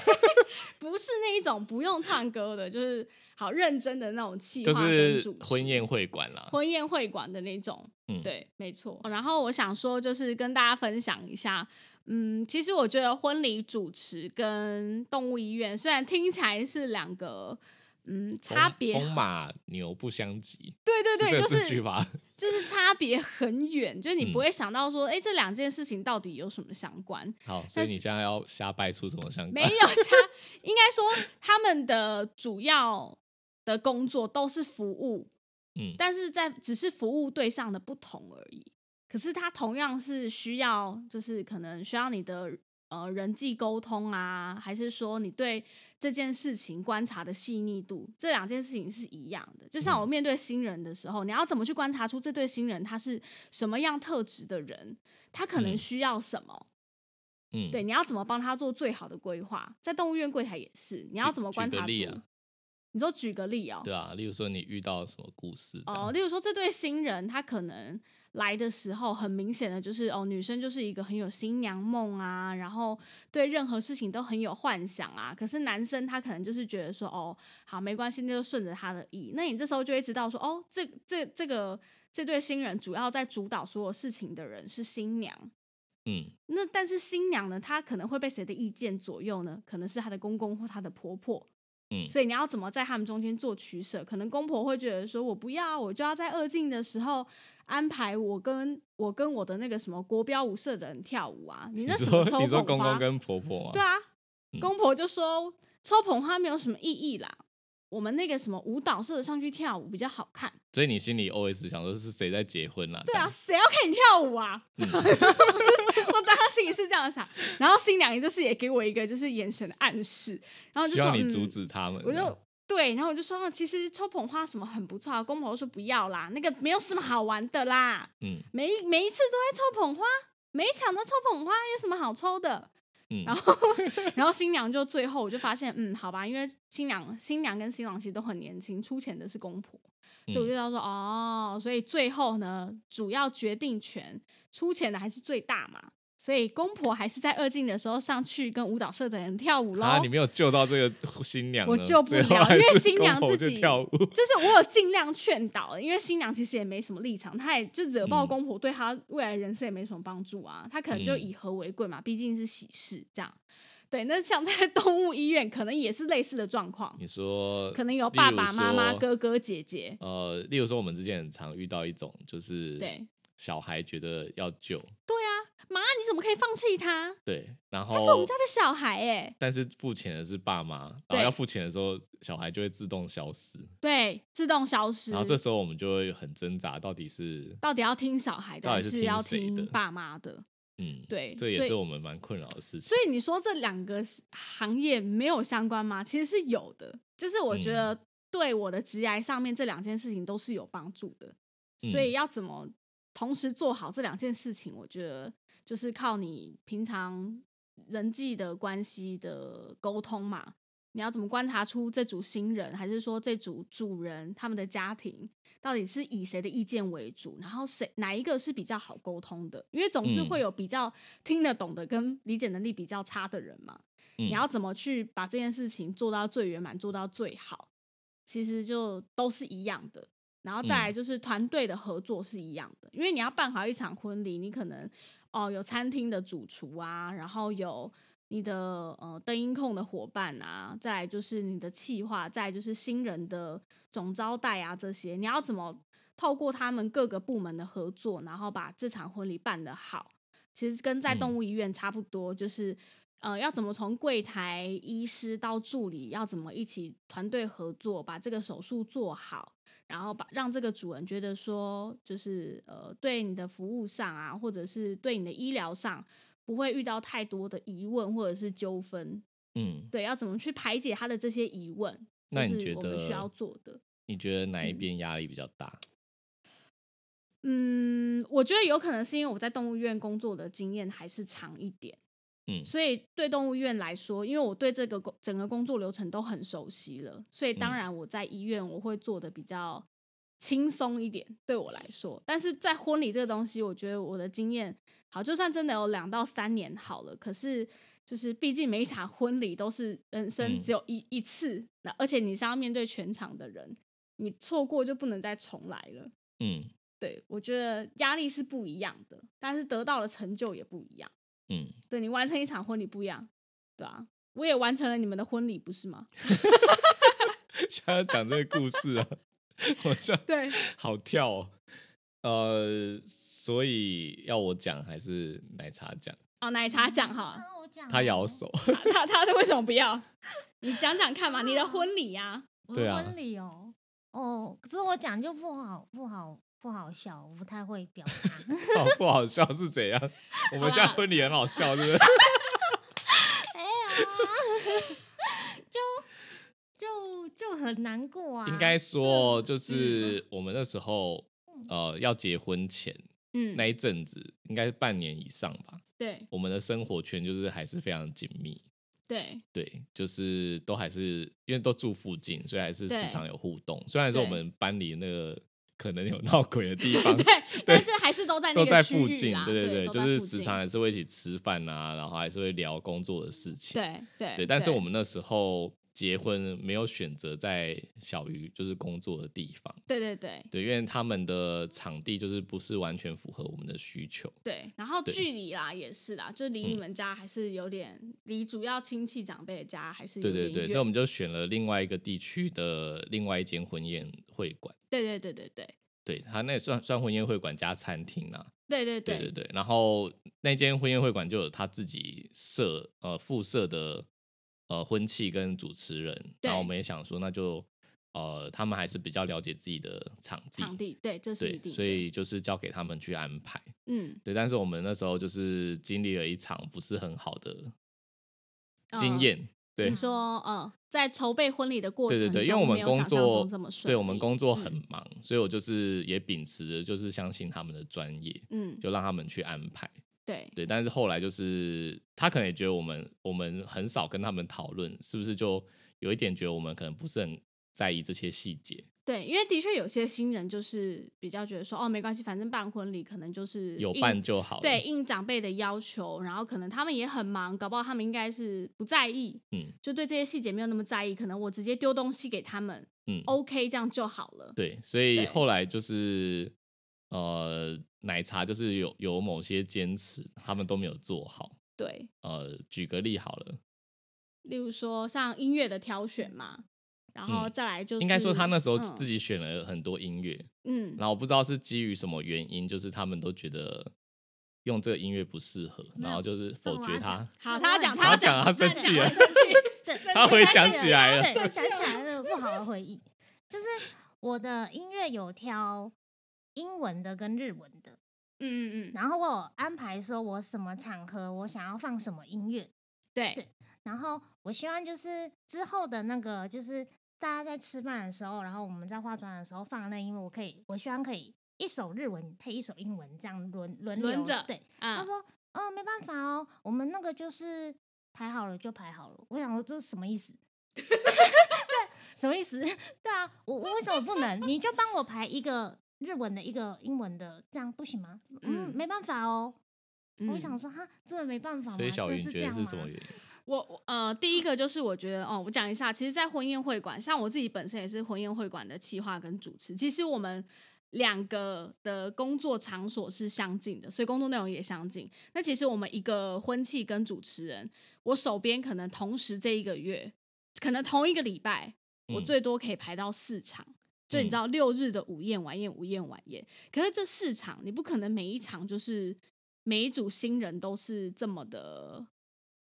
A: 不是那一种不用唱歌的，就是好认真的那种气
B: 就
A: 话跟
B: 是
A: 主持
B: 婚宴会馆啦。
A: 婚宴会馆的那种。
B: 嗯，，
A: 对，没错。然后我想说，就是跟大家分享一下，嗯，其实我觉得婚礼主持跟动物医院虽然听起来是两个，嗯，差别
B: 风马牛不相及，
A: 对对对，
B: 这
A: 就
B: 这句
A: 是
B: 吧。
A: 就是差别很远，就是你不
B: 嗯
A: 会想到说，哎、这两件事情到底有什么相关？ *laughs*
B: 好，所
A: 但
B: 以你现在要瞎掰出什么相
A: 没
B: 关？
A: 有相，应该说他们的主要的工作都是服务，
B: 嗯
A: 但是在只是服务对象的不同而已。可是它同样是需要，就是可能需要你的呃人际沟通啊，还是说你对这件事情观察的细腻度，这两件事情是一样的。就
B: 嗯
A: 像我面对新人的时候，你要怎么去观察出这对新人他是什么样特质的人，他可能
B: 嗯
A: 需要什么？
B: 嗯，
A: 对，，你要怎么帮他做最好的规划？在动物园柜台也是，你要
B: 举
A: 怎么
B: 举
A: 观
B: 个
A: 察出
B: 例啊？
A: 你说举个例哦，
B: 对啊，例如说你遇到什么故事这样？
A: 哦，例如说这对新人，他可能来的时候很明显的就是哦，女生就是一个很有新娘梦啊，然后对任何事情都很有幻想啊。可是男生他可能就是觉得说哦，好没关系，那就顺着他的意。那你这时候就会知道说哦，这这这个这对新人主要在主导所有事情的人是新娘。
B: 嗯
A: 那但是新娘呢，她可能会被谁的意见左右呢？可能是她的公公或她的婆婆。
B: 嗯
A: 所以你要怎么在他们中间做取舍？可能公婆会觉得说，我不要，我就要在二进的时候安排我跟我跟我的那个什么国标舞社的人跳舞啊。你那
B: 你
A: 什么
B: 说
A: 抽
B: 你说
A: 捧
B: 公
A: 花？
B: 公跟婆婆吗？
A: 对啊，
B: 嗯
A: 公婆就说抽捧花没有什么意义啦，我们那个什么舞蹈社的上去跳舞比较好看。
B: 所以你心里 OS 想说是谁在结婚啦？
A: 对
B: 这
A: 啊，
B: 样，嗯
A: 谁要看你跳舞啊？ *laughs* 我当时心里是这样想，然后新娘也就是也给我一个就是眼神的暗示，然后就
B: 希
A: 说
B: 望你
A: 嗯
B: 阻止他们。
A: 我
B: 这样
A: 就对，然后我就说，哦其实抽捧花什么很不错啊。公婆说不要啦，那个没有什么好玩的啦，
B: 嗯
A: 每一每一次都在抽捧花，每一场都抽捧花，有什么好抽的？
B: 嗯，
A: 然后， *laughs* 然后新娘就最后我就发现，嗯，好吧，因为新娘、新娘跟新郎其实都很年轻，出钱的是公婆，所以
B: 嗯
A: 我就要说，哦，所以最后呢，主要决定权出钱的还是最大嘛，所以公婆还是在二进的时候上去跟舞蹈社的人跳舞喽。
B: 啊，你没有救到这个新娘呢，
A: 我救不
B: 最后
A: 了
B: 还
A: 因为
B: 是
A: 新娘
B: 公婆
A: 自己
B: 就
A: *laughs*
B: 跳舞。
A: 就是我有尽量劝导，因为新娘其实也没什么立场，她也就惹爆公婆，对她未来人生也没什么帮助啊。她可能就
B: 嗯
A: 以和为贵嘛，毕竟是喜事这样。对，那像在 *laughs* 动物医院，可能也是类似的状况，
B: 你说
A: 可能有爸爸妈妈、。
B: 例如说
A: 哥哥姐姐。
B: 呃，例如说我们之前很常遇到一种，就是
A: 对
B: 小孩觉得要救，
A: 妈，你怎么可以放弃他？
B: 对，然后
A: 他是我们家的小孩哎、
B: 但是付钱的是爸妈，然
A: 对
B: 后要付钱的时候，小孩就会自动消失，
A: 对，自动消失。
B: 然后这时候我们就会很挣扎，到底是
A: 到底要听小孩的，
B: 到
A: 还
B: 底是
A: 是要
B: 听谁的
A: 听爸妈的？
B: 嗯，
A: 对
B: 这也
A: 所以
B: 是我们蛮困扰的事情
A: 所。以你说这两个是行业没有相关吗？其实是有的，就是我觉
B: 嗯
A: 得对我的职涯上面这两件事情都是有帮助的，
B: 嗯
A: 所以要怎么同时做好这两件事情，我觉得就是靠你平常人际的关系的沟通嘛。你要怎么观察出这组新人，还是说这组主人他们的家庭到底是以谁的意见为主，然后谁哪一个是比较好沟通的？因为总是
B: 嗯
A: 会有比较听得懂的跟理解能力比较差的人嘛。
B: 嗯
A: 你要怎么去把这件事情做到最圆满，做到最好，其实就都是一样的。然后再来就是团队的合作是一样的，因为你要办好一场婚礼，你可能哦有餐厅的主厨啊，然后有你的呃灯音控的伙伴啊，再来就是你的企划，再来就是新人的总招待啊这些，你要怎么透过他们各个部门的合作，然后把这场婚礼办得好，其实跟在
B: 嗯
A: 动物医院差不多，就是呃，要怎么从柜台医师到助理，要怎么一起团队合作，把这个手术做好，然后把让这个主人觉得说，就是呃，对你的服务上啊，或者是对你的医疗上，不会遇到太多的疑问或者是纠纷。
B: 嗯，
A: 对，要怎么去排解他的这些疑问，
B: 那
A: 就
B: 你
A: 是
B: 觉
A: 我们
B: 得
A: 需要做的。
B: 你觉得哪一
A: 嗯
B: 边压力比较大？
A: 嗯，我觉得有可能是因为我在动物医院工作的经验还是长一点，
B: 嗯
A: 所以对动物医院来说，因为我对这个工整个工作流程都很熟悉了，所以当
B: 嗯
A: 然我在医院我会做的比较轻松一点，对我来说。但是在婚礼这个东西，我觉得我的经验好，就算真的有两到三年好了，可是就是毕竟每一场婚礼都是人生
B: 嗯
A: 只有一、一次，那而且你是要面对全场的人，你错过就不能再重来了。
B: 嗯
A: 对，我觉得压力是不一样的，但是得到的成就也不一样。 *laughs*
B: 嗯，
A: 对你完成一场婚礼不一样，对啊，我也完成了你们的婚礼，不是吗？
B: 想要讲这个故事啊，我像
A: 对，
B: 好跳哦。呃，所以要我讲还是奶茶讲？
A: 哦，奶茶讲哈，
C: 啊，我讲
B: 他
C: 哦
B: 摇手， *laughs*
A: 他他他为什么不要？你讲讲看嘛，你的婚礼呀、
C: 我
B: 对
C: 的
B: 啊
C: 婚礼哦，哦，可是我讲就不好，不好，不好笑，我不太会表达。 *laughs*
B: 好不好笑是怎样？我
A: 好
B: 们
A: 啦啊
B: 现在婚礼很好笑，是不是？
C: 哎呀，就就就很难过啊。
B: 应
A: 嗯
B: 该说，就是我们那时候呃要结婚前
A: 嗯，
B: 那一阵子，应该是半年以上吧，
A: 对
B: 我们的生活圈就是还是非常紧密。
A: 对
B: 对，就是都还是因为都住附近，所以还是
A: 对
B: 时常有互动。虽然说我
A: 对
B: 们班里那个可能有闹鬼的地
A: *laughs*
B: 方 *laughs*
A: 对，但是还是都在那
B: 都
A: 个
B: 在
A: 区
B: 附
A: 域
B: 近
A: 啦，，
B: 对
A: 对，
B: 对，
A: 都
B: 就
A: 在
B: 是
A: 附
B: 时
A: 近
B: 常还是会一起吃饭啊，然后还是会聊工作的事情。
A: 对对
B: 对，但是我们那时候结婚没有选择在小鱼就是工作的地方，
A: 对对对
B: 对，因为他们的场地就是不是完全符合我们的需求。
A: 对，然后
B: 对
A: 距离啦也是啦，就离你
B: 嗯
A: 们家还是有点，离主要亲戚长辈的家还是有
B: 对
A: 点
B: 对
A: 远。
B: 对，所以我们就选了另外一个地区的另外一间婚宴会馆。
A: 对对对对对
B: 对他那也算算婚宴会馆加餐厅啊，
A: 对对
B: 对对对，然后那间婚宴会馆就有他自己设呃附设的呃婚庆跟主持人，
A: 对
B: 然后我们也想说那就呃他们还是比较了解自己的场地，
A: 场地对，这是一
B: 对，
A: 定的。
B: 所以就是交给他们去安排。
A: 嗯，
B: 对，但是我们那时候就是经历了一场不是很好的
A: 呃
B: 经验，对
A: 你说嗯，在筹备婚礼的过
B: 对
A: 程中，
B: 对对，因为我
A: 没
B: 们
A: 有
B: 工
A: 想象
B: 作
A: 中这么顺利，
B: 对我们工作很
A: 嗯
B: 忙，所以我就是也秉持着就是相信他们的专业，
A: 嗯，
B: 就让他们去安排。
A: 对
B: 对，但是后来就是他可能也觉得我们我们很少跟他们讨论，是不是就有一点觉得我们可能不是很在意这些细节，
A: 对，因为的确有些新人就是比较觉得说哦，没关系，反正办婚礼可能就是
B: 有
A: 应
B: 办就好了。
A: 对，应长辈的要求，然后可能他们也很忙，搞不好他们应该是不在意，
B: 嗯
A: 就对这些细节没有那么在意，可能我直接丢东西给他们
B: 嗯，
A: ，OK，这样就好了。
B: 对，所以
A: 哦对
B: 后来就是呃，奶茶就是有有某些坚持，他们都没有做好。
A: 对，
B: 呃，举个例好了，
A: 例如说像音乐的挑选嘛，然后
B: 嗯
A: 再来就是
B: 应该说他那时候
A: 嗯
B: 自己选了很多音乐，
A: 嗯
B: 然后我不知道是基于什么原因，就是他们都觉得用这个音乐不适合，
C: 没
B: 然
C: 有
B: 后就是否
C: 这个我
A: 啊
B: 决
C: 要
B: 他
C: 讲。
A: 好，
C: 这个
A: 他
C: 我
A: 讲
C: 很
B: 他
A: 讲，
B: 讲他生气
A: 他 *laughs*
B: 了
A: 生气
C: 对
A: 生
B: *laughs* 他
A: 气
B: 会
A: 生
B: 想
A: 气
B: 起来了
C: 对，我
A: 生
C: 想
A: 气
C: 起来了，不好的回忆，就是我的音乐有挑英文的跟日文的，
A: 嗯嗯嗯，
C: 然后我有安排说我什么场合我想要放什么音乐，
A: 对
C: 对然后我希望就是之后的那个就是大家在吃饭的时候，然后我们在化妆的时候放的那音乐，我可以，我希望可以一首日文配一首英文，这样轮轮流
A: 轮着
C: 对，
B: 嗯
C: 他
A: 啊，
C: 说：“哦，没办法哦，我们那个就是排好了就排好了。”我想说这是什么意思？ *laughs* 对，什么意思？对啊，我我为什么不能？你就帮我排一个日文的，一个英文的，这样不行吗？嗯，
A: 嗯
C: 没办法哦。我
A: 嗯
C: 想说哈，真的没办法吗？
A: 啊
B: 所以小
C: 真
B: 云
C: 是
B: 觉
C: 这
B: 得
C: 样
B: 是什
C: 吗
B: 么原因？
A: 我我呃，第一个就是我觉得哦，我讲一下，其实，在婚宴会馆，像我自己本身也是婚宴会馆的企划跟主持，其实我们两个的工作场所是相近的，所以工作内容也相近。那其实我们一个婚庆跟主持人，我手边可能同时这一个月，可能同一个礼拜，我
B: 嗯
A: 最多可以排到四场。就你知道六日的午宴、晚宴、午宴、晚宴，可是这四场你不可能每一场就是每一组新人都是这么的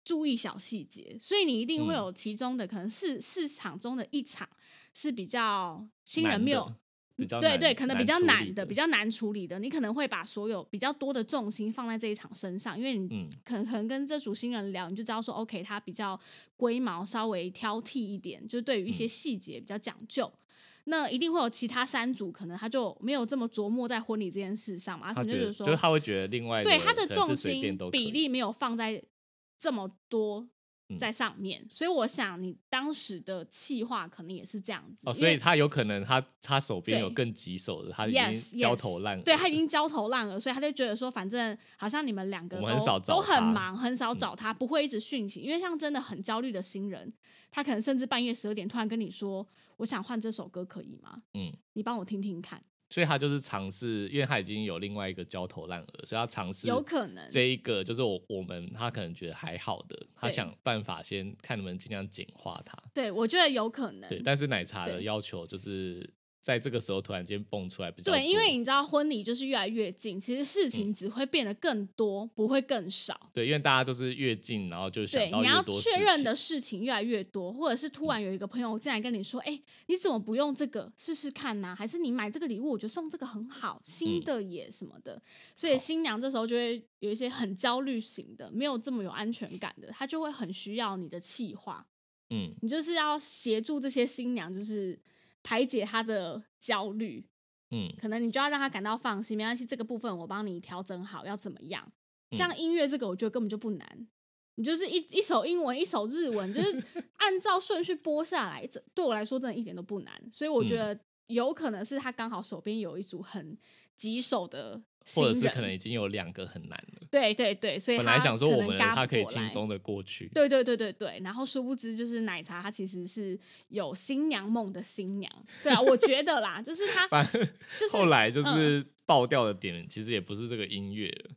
A: 注意小细节，所以你一定会
B: 嗯
A: 有其中的、可能四四场中的一场是比较新人
B: 难
A: 没有嗯
B: 的比较
A: 对
B: 难
A: 对，可能比较
B: 处理
A: 难
B: 的，
A: 的，比较难处理的，你可能会把所有比较多的重心放在这一场身上，因为你
B: 嗯
A: 可能可能跟这组新人聊，你就知道说，OK，他比较龟毛，稍微挑剔一点，就是对于一些
B: 嗯
A: 细节比较讲究。那一定会有其他三组，可能他就没有这么琢磨在婚礼这件事上嘛，他
B: 他
A: 啊可能
B: 觉
A: 就是
B: 得
A: 说，
B: 就是他会觉得另外
A: 对他
B: 的
A: 的
B: 可能
A: 重
B: 是随便
A: 心
B: 都可以
A: 比例没有放在这么多
B: 嗯
A: 在上面，所以我想你当时的气话可能也是这样子，
B: 哦，
A: 因
B: 所以
A: 为
B: 他有可能他他手边有
A: 对
B: 更棘手的，他已
A: Yes,
B: 经焦
A: yes
B: 头烂额，
A: 对他已经焦头烂额，所以他就觉得说，反正好像你们两个
B: 我
A: 都
B: 们很少找
A: 都很
B: 他嗯
A: 忙，很少找他，不会一直讯息，因为像真的很焦虑的新人，他可能甚至半夜十二点突然跟你说，我想换这首歌，可以吗？
B: 嗯，
A: 你帮我听听看，
B: 所以他就是尝试，因为他已经有另外一个焦头烂额，所以他尝试
A: 有可能
B: 这一个就是我我们他可能觉得还好的，他
A: 对
B: 想办法先看能不能尽量简化它。
A: 对我觉得有可能，
B: 对，但是奶茶的
A: 嗯对
B: 要求就是在这个时候突然间蹦出来比较
A: 对，因为
B: 多嗯
A: 你知道婚礼就是越来越近，其实事情只会变得更多，不会更少。
B: 对，因为大家都是越近，然后就想
A: 对，
B: 到
A: 你
B: 越
A: 要
B: 多
A: 确
B: 事
A: 认
B: 情嗯
A: 的事情越来越多，或者是突然有一个朋友进来跟你说：“哎、你怎么不用这个试试看呢、还是你买这个礼物，我觉得送这个很好，新
B: 嗯
A: 的也什么的。所以
B: 好
A: 新娘这时候就会有一些很焦虑型的，没有这么有安全感的，她就会很需要你的气话，
B: 嗯，
A: 你就是要协助这些新娘，就是排解她的焦虑。
B: 嗯，
A: 可能你就要让他感到放心，没关系，这个部分我帮你调整好，要怎么样？
B: 嗯
A: 像音乐这个，我觉得根本就不难，你就是一一首英文，一首日文，就是 *laughs* 按照顺序播下来，这对我来说真的一点都不难。所以我觉
B: 嗯
A: 得有可能是他刚好手边有一组很棘手的新
B: 或
A: 人，
B: 者是可能已经有两个很难了，
A: 对对对，所以
B: 本来
A: 他
B: 想说
A: 可
B: 我
A: 能
B: 们
A: 嘎
B: 他
A: 不
B: 可以
A: 过
B: 轻
A: 来
B: 松的过去，
A: 对对对对对，然后殊不知就是奶茶，她其实是有新娘梦的新娘，对啊，我觉得啦，就是她
B: *laughs* 反正
A: *laughs* 就是
B: 后来就
A: 嗯
B: 是爆掉的点，其实也不是这个音乐了，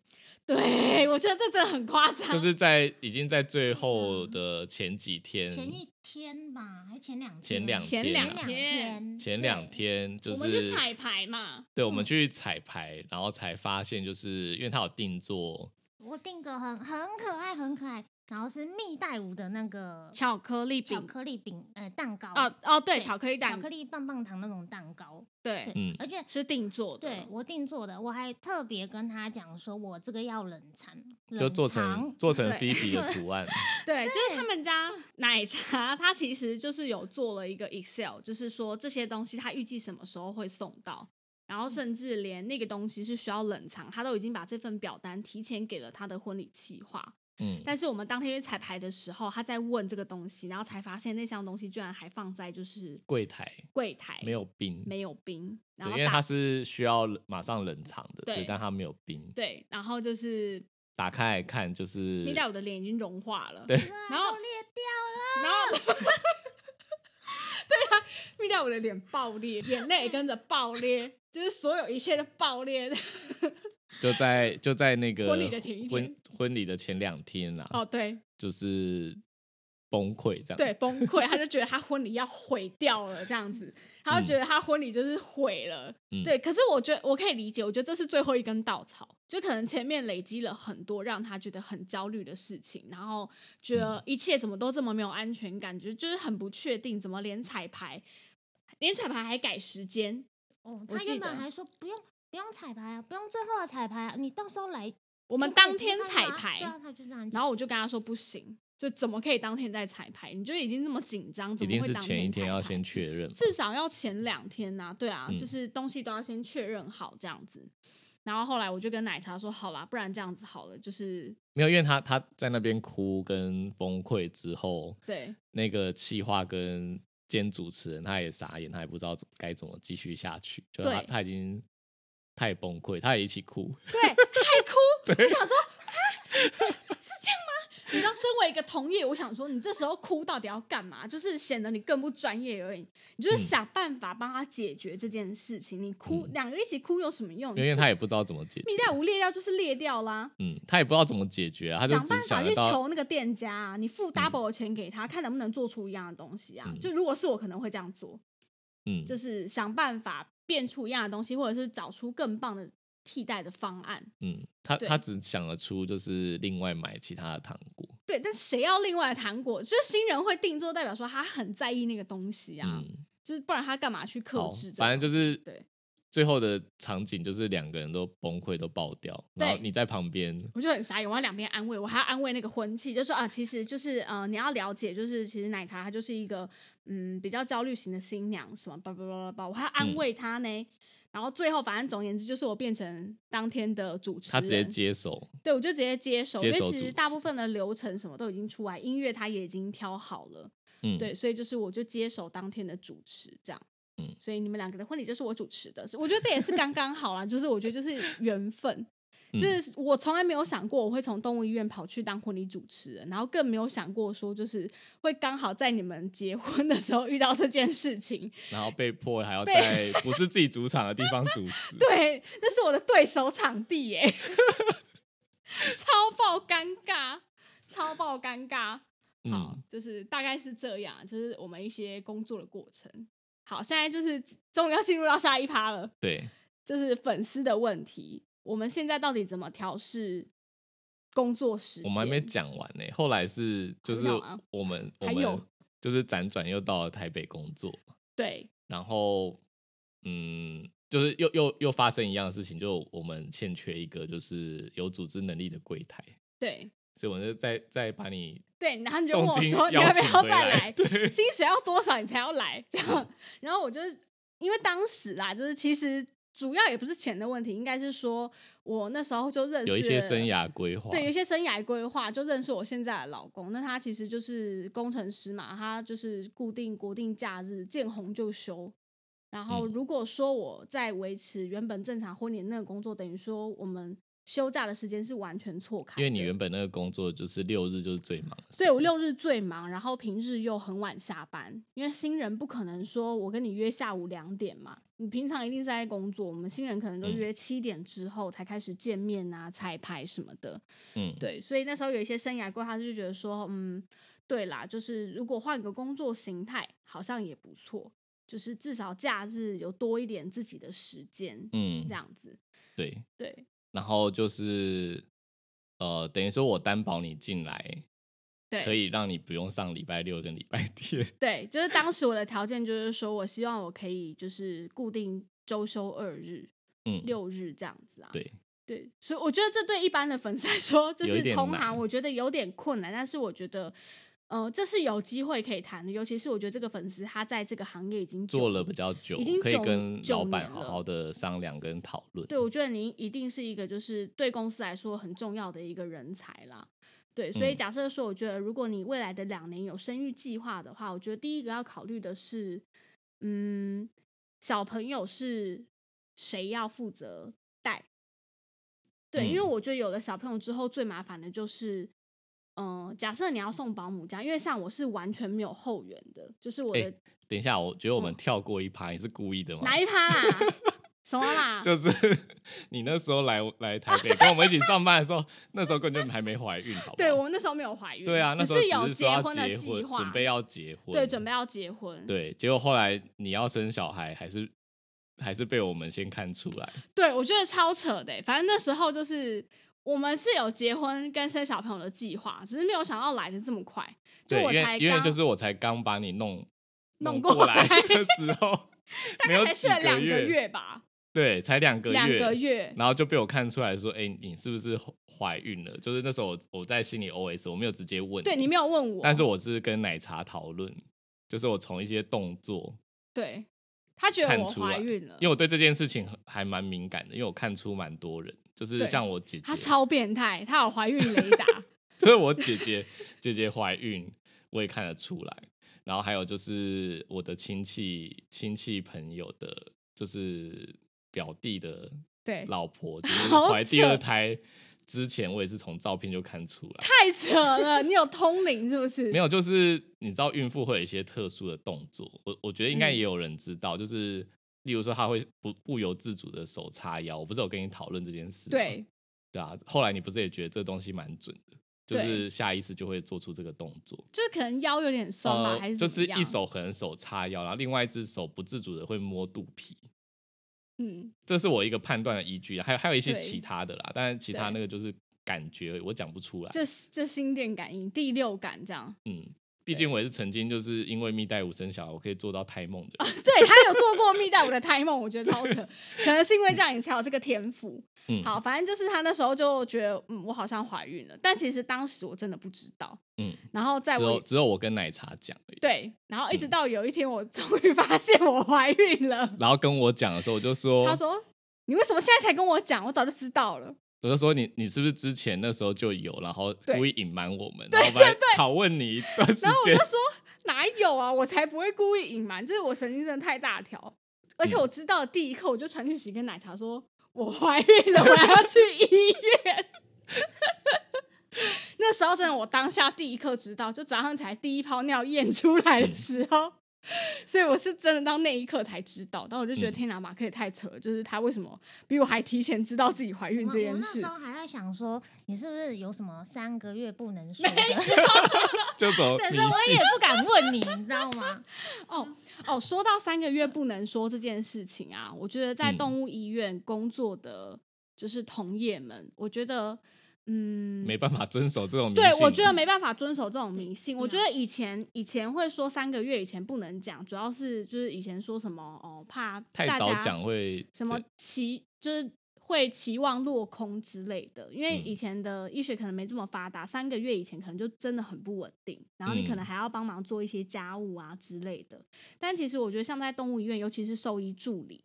A: 对，我觉得这真的很夸张。
B: 就是在已经在最后
A: 嗯
B: 的前几天，
C: 前一天吧，还前两天，
B: 前两
A: 前
B: 天
A: 两
B: 啊
C: 前
A: 天
C: 天，
B: 前
C: 对
B: 两，天就
A: 我
B: 是
A: 们去彩排嘛，
B: 对，我们去彩排，然后才发现，就是因为他有定做，
C: 我订个很很可爱，很可爱，然后是蜜袋鼯的那个
A: 巧克力
C: 巧
A: 饼，
C: 克力饼，呃，蛋糕，
A: 哦哦，对，
C: 对
A: 巧克力
C: 巧
A: 蛋
C: 克，力棒棒糖那种蛋糕，
A: 对，
B: 嗯
C: 而且
A: 是定做的，
C: 对我定做的，我还特别跟他讲说，我这个要冷藏，
B: 就
C: 冷
B: 做
C: 藏
B: 成做成
A: 对
B: Phoebe 的
A: *laughs*
B: 图案，
A: 对，就是他们家奶茶，它其实就是有做了一个 Excel，就是说这些东西它预计什么时候会送到，然
C: 嗯
A: 后甚至连那个东西是需要冷藏，他都已经把这份表单提前给了他的婚礼企划。
B: 嗯，
A: 但是我们当天去彩排的时候，他在问这个东西，然后才发现那箱东西居然还放在就是
B: 柜台
A: 柜台，
B: 没有冰，
A: 没有冰，然
B: 对，
A: 后
B: 因为
A: 打
B: 它是需要冷马上冷藏的，
A: 对
B: 对，但它没有冰，
A: 对，然后就是
B: 打开来看就是
A: 蜜袋鼯的脸已经融化了，
B: 对
A: 然后
C: 啊都裂掉了。
A: 然后 *laughs* 对啊，蜜袋鼯的脸爆裂，眼泪也跟着爆裂，就是所有一切都爆裂。
B: 就在就在那个
A: 婚礼的前一天
B: 婚婚礼的前两天啦、
A: 哦，对
B: 就是崩溃这样，
A: 对，，崩溃，他就觉得他婚礼要毁掉了，这样子，他就觉得他婚礼就是毁了。
B: 嗯
A: 对，可是我觉得我可以理解，我觉得这是最后一根稻草，就可能前面累积了很多让他觉得很焦虑的事情，然后觉
B: 嗯
A: 得一切怎么都这么没有安全感，觉就是很不确定，怎么连彩排，连彩排还改时间，
C: 哦，
A: 我
C: 他
A: 记
C: 原
A: 得
C: 本还说不用不用彩排啊，不用最后的彩排啊，你到时候来就可以直接看到啊。
A: 我们当天彩排，
C: 对啊，他就这样讲。
A: 然后我就跟他说不行，就怎么可以当天再彩排？你就已经那么紧张，
B: 一
A: 怎么
B: 定
A: 会
B: 是
A: 当
B: 前一天
A: 彩
B: 要
A: 排
B: 先确认嘛，
A: 至少要前两天呐、对啊，
B: 嗯
A: 就是东西都要先确认好这样子。然后后来我就跟奶茶说，好啦，不然这样子好了，就是
B: 没有，因为他他在那边哭跟崩溃之后， *laughs*
A: 对
B: 那个企划跟兼主持人他也傻眼，他也不知道怎么该怎么继续下去，就他
A: 对
B: 他已经太崩溃，他也一起哭，
A: 对，还哭，我想说，哈，是是这样吗？你知道，身为一个同业，我想说，你这时候哭到底要干嘛？就是显得你更不专业而已。你就是
B: 嗯
A: 想办法帮他解决这件事情。你哭，
B: 嗯
A: 两个一起哭有什么用？
B: 因为
A: 是
B: 他也不知道怎么解决
A: 蜜，袋鼯裂掉就是裂掉啦。
B: 嗯，他也不知道怎么解决啊，他就
A: 想办
B: 只
A: 法
B: 得
A: 去
B: 到，
A: 求那个店家、啊，你付 double 的钱给他，看能不能做出一样的东西啊。
B: 嗯
A: 就如果是我，可能会这样做，
B: 嗯，
A: 就是想办法变出一样的东西，或者是找出更棒的替代的方案。
B: 嗯，他
A: 对
B: 他只想得出就是另外买其他的糖果，
A: 对，但谁要另外的糖果？就是新人会定做，代表说他很在意那个东西啊，
B: 嗯，
A: 就是不然他干嘛去克
B: 好
A: 制这，个？
B: 反正就是
A: 对
B: 最后的场景就是两个人都崩溃都爆掉，然后
A: 对
B: 你在旁边，
A: 我就很傻眼，我要两边安慰，我还要安慰那个婚气，就说啊，其实就是呃，你要了解，就是其实奶茶她就是一个嗯比较焦虑型的新娘，什么叭叭叭叭叭，我还要
B: 嗯
A: 安慰她呢。然后最后，反正总而言之，就是我变成当天的主持人，
B: 他直接接手，
A: 对我就直接接手，
B: 接手
A: 因为其实
B: 主持
A: 大部分的流程什么都已经出来，音乐他也已经挑好了，
B: 嗯，
A: 对，所以就是我就接手当天的主持这样。
B: 嗯
A: 所以你们两个的婚礼就是我主持的，我觉得这也是刚刚好啦，就是我觉得就是缘分，
B: 嗯
A: 就是我从来没有想过我会从动物医院跑去当婚礼主持人，然后更没有想过说就是会刚好在你们结婚的时候遇到这件事情。
B: 然后被迫还要
A: 被
B: 在不是自己主场的地方主
A: *laughs*
B: 持，
A: 对，那是我的对手场地耶， *laughs* 超爆尴尬，超爆尴尬。好
B: 嗯，，
A: 就是大概是这样，就是我们一些工作的过程。好，现在就是终于要进入到下一趴了，
B: 对，
A: 就是粉丝的问题。我们现在到底怎么调试工作时间？
B: 我们还没讲完呢、后来是就是
A: 还有啊
B: 我们我
A: 还有
B: 们就是辗转又到了台北工作，
A: 对
B: 然后嗯，就是又又又发生一样的事情，就我们欠缺一个就是有组织能力的柜台，
A: 对
B: 所以我们就再再把你
A: 对，然后你就
B: 重
A: 问我
B: 金
A: 说你
B: 邀
A: 要不
B: 请
A: 要
B: 回
A: 再
B: 来
A: 来？
B: 对嗯
A: 薪水要多少你才要来？这样， *laughs* 然后我就是因为当时啦，就是其实主要也不是钱的问题，应该是说我那时候就认识
B: 有一些
A: 了
B: 生涯规划，
A: 呃对，有一些生涯规划，就认识我现在的老公。那他其实就是工程师嘛，他就是固定国定假日见红就休。然后
B: 嗯
A: 如果说我在维持原本正常婚礼那个工作，等于说我们休假的时间是完全错开的。
B: 因为你原本那个工作就是六日就是最忙的时
A: 对
B: 候，
A: 我六日最忙，然后平日又很晚下班，因为新人不可能说我跟你约下午两点嘛，你平常一定是在工作，我们新人可能都
B: 嗯
A: 约七点之后才开始见面啊、彩排什么的。
B: 嗯，
A: 对，所以那时候有一些生涯规划，就觉得说，嗯，对啦，就是如果换个工作形态，好像也不错，就是至少假日有多一点自己的时间，
B: 嗯
A: 这，样子。
B: 对，
A: 对
B: 然后就是呃，等于说我担保你进来，
A: 对，
B: 可以让你不用上礼拜六跟礼拜天，
A: 对，就是当时我的条件就是说，我希望我可以就是固定周休二日、
B: 嗯，
A: 六日这样子啊。
B: 对，
A: 对，所以我觉得这对一般的粉丝来说，就
B: 有一
A: 是
B: 点
A: 同
B: 难
A: 行，我觉得有点困难。但是我觉得，呃，这是有机会可以谈的，尤其是我觉得这个粉丝他在这个行业已经久
B: 做
A: 了
B: 了比较久，
A: 已经
B: 可以
A: 九
B: 跟
A: 九
B: 老板
A: 年
B: 好
A: 了
B: 好的商量跟讨论，
A: 对，我觉得您一定是一个就是对公司来说很重要的一个人才啦。对，所以
B: 嗯
A: 假设说，我觉得如果你未来的两年有生育计划的话，我觉得第一个要考虑的是，嗯，小朋友是谁要负责带？对，因为
B: 嗯
A: 我觉得有了小朋友之后，最麻烦的就是，嗯、假设你要送保姆家，因为像我是完全没有后援的，就是我
B: 哎
A: 的、
B: 等一下，我觉得我们
A: 嗯
B: 跳过一趴，你是故意的吗？
A: 哪一趴啦？ *laughs* 什么啦？
B: 就是 *laughs* 你那时候来来台北跟我们一起上班的时候，那时候根本就还没怀孕，好不好？
A: 对，我们那时候没有怀孕，
B: 对啊，那
A: 只
B: 时候
A: 有
B: 只是说要
A: 婚的
B: 结
A: 计划，
B: 准备要结婚，
A: 对，准备要结婚，
B: 对，结果后来你要生小孩，还是还是被我们先看出来，
A: 对，我觉得超扯的欸。反正那时候就是我们是有结婚跟生小朋友的计划，只是没有想到来的这么快，就
B: 对，因
A: 我才
B: 为因为
A: 刚
B: 就是我才刚把你弄
A: 弄
B: 弄
A: 过
B: 来
A: 来
B: 的时候，
A: *laughs* 大
B: 没有
A: 概才
B: 几
A: 睡了两
B: 个
A: 个月吧，
B: 对，才两个
A: 两个月。
B: 然后就被我看出来说，哎、你是不是怀孕了？就是那时候我我在心里 OS，我没有直接问，
A: 对你没有问我，
B: 但是我是跟奶茶讨论，就是我从一些动作，
A: 对他觉
B: 看
A: 得我
B: 出来
A: 怀孕了
B: 因，为我对这件事情很还蛮敏感的，因为我看出蛮多人，就是
A: 对
B: 像我姐姐，
A: 他超变态，他有怀孕雷达，
B: 就是我姐姐姐姐怀孕，我也看得出来。然后还有就是我的亲戚亲戚朋友的，就是表弟的
A: 对，
B: 老婆，就是
A: 好
B: 怀第二
A: 扯
B: 胎之前，我也是从照片就看出来。
A: 太扯了，你有通灵是不是？
B: 没有，就是你知道孕妇会有一些特殊的动作，我我觉得应该
A: 嗯
B: 也有人知道，就是例如说她会不不由自主的手叉腰，我不是有跟你讨论这件事吗？
A: 对，
B: 对啊，后来你不是也觉得这东西蛮准的，就
A: 对
B: 是下意识就会做出这个动作，呃
A: 就是可能腰有点酸吧，还是
B: 就
A: 怎么
B: 是
A: 样
B: 一手可能手叉腰，然后另外一只手不自主的会摸肚皮，
A: 嗯，
B: 这是我一个判断的依据啊，还有还有一些
A: 对
B: 其他的啦，但是其他
A: 对
B: 那个就是感觉，我讲不出来。
A: 就就心电感应、第六感这样。 *laughs*
B: 嗯，毕竟我也是曾经就是因为蜜袋鼯生小孩，我可以做到胎梦的
A: *laughs*
B: 人。
A: 对他有做过蜜袋鼯的胎梦，我觉得超扯，可能是因为这样你才有这个天赋。
B: 嗯，
A: 好，反正就是他那时候就觉得，嗯，我好像怀孕了，但其实当时我真的不知道。
B: 嗯，
A: 然后在
B: 只有
A: 我
B: 只有我跟奶茶讲而已。
A: 对，然后一直
B: 嗯
A: 到有一天，我终于发现我怀孕了。
B: 然后跟我讲的时候，我就说，
A: 他说：“你为什么现在才跟我讲？我早就知道了。
B: 我就说你你是不是之前那时候就有，然后
A: 对
B: 故意隐瞒我们，然后来拷问你一段时”
A: 然后我
B: 间
A: 就。说：“哪有啊？我才不会故意隐瞒，就是我神经真的太大条。而且我知道的第一刻，我就传讯息跟奶茶说我怀孕了，我要去医院。”那时候真的，我当下第一刻知道，就早上起来第一泡尿验出来的时候，所以我是真的到那一刻才知道。然后我就觉得
B: 嗯
A: 天哪，马克也太扯了，就是他为什么比我还提前知道自己怀
C: 我
A: 孕这
C: 我
A: 件
C: 那
A: 事
C: 时？候还在想说，你是不是有什么三个月不
A: *laughs*
C: 能说的？ *laughs*
B: 就走
C: 但
B: 迷
C: 是我也
B: 信。
C: 不敢问你，你知道吗？
A: 哦哦，说到三个月不能说这件事情啊，我觉得在
B: 嗯
A: 动物医院工作的就是同业们，我觉得嗯，
B: 没办法遵守这种迷信。嗯
A: 对我觉得没办法遵守这种迷信。
C: 对
A: 我
C: 啊
A: 觉得以前以前会说三个月以前不能讲，主要是就是以前说什么哦，怕
B: 太
A: 大
B: 早
A: 家
B: 讲会
A: 什么
B: 这
A: 期就是。会期望落空之类的，因为
B: 嗯
A: 以前的医学可能没这么发达，三个月以前可能就真的很不稳定，然后你可
B: 嗯
A: 能还要帮忙做一些家务啊之类的。但其实我觉得，像在动物医院，尤其是兽医助理，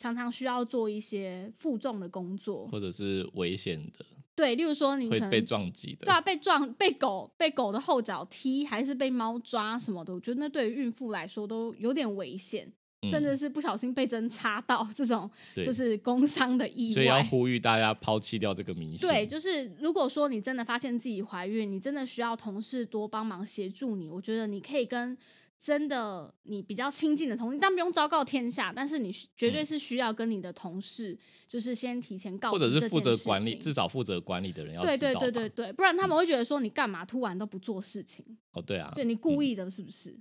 A: 常常需要做一些负重的工作，
B: 或者是危险的，
A: 对，例如说你可
B: 会
A: 能
B: 被撞击的。
A: 对啊，被撞、被狗、被狗的后脚踢，还是被猫抓什么的，我觉得那对于孕妇来说都有点危险，
B: 嗯
A: 甚至是不小心被针插到这种
B: 对
A: 就是 *laughs* 工伤的意
B: 所以要
A: 外。
B: 呼吁大家抛弃掉这个迷信。
A: 对，就是如果说你真的发现自己怀孕，你真的需要同事多帮忙协助你，我觉得你可以跟真的你比较亲近的同事，但不用昭告天下，但是你需绝对
B: 嗯
A: 是需要跟你的同事，就是先提前告知
B: 或者
A: 这
B: 是
A: 件
B: 负责
A: 事
B: 管理，
A: 情
B: 至少负责管理的人要
A: 对
B: 知道
A: 对
B: 吧嗯
A: 对对对，不然他们会觉得说你干嘛突然都不做事情，
B: 哦，对啊，
A: 对你故意的，是不是？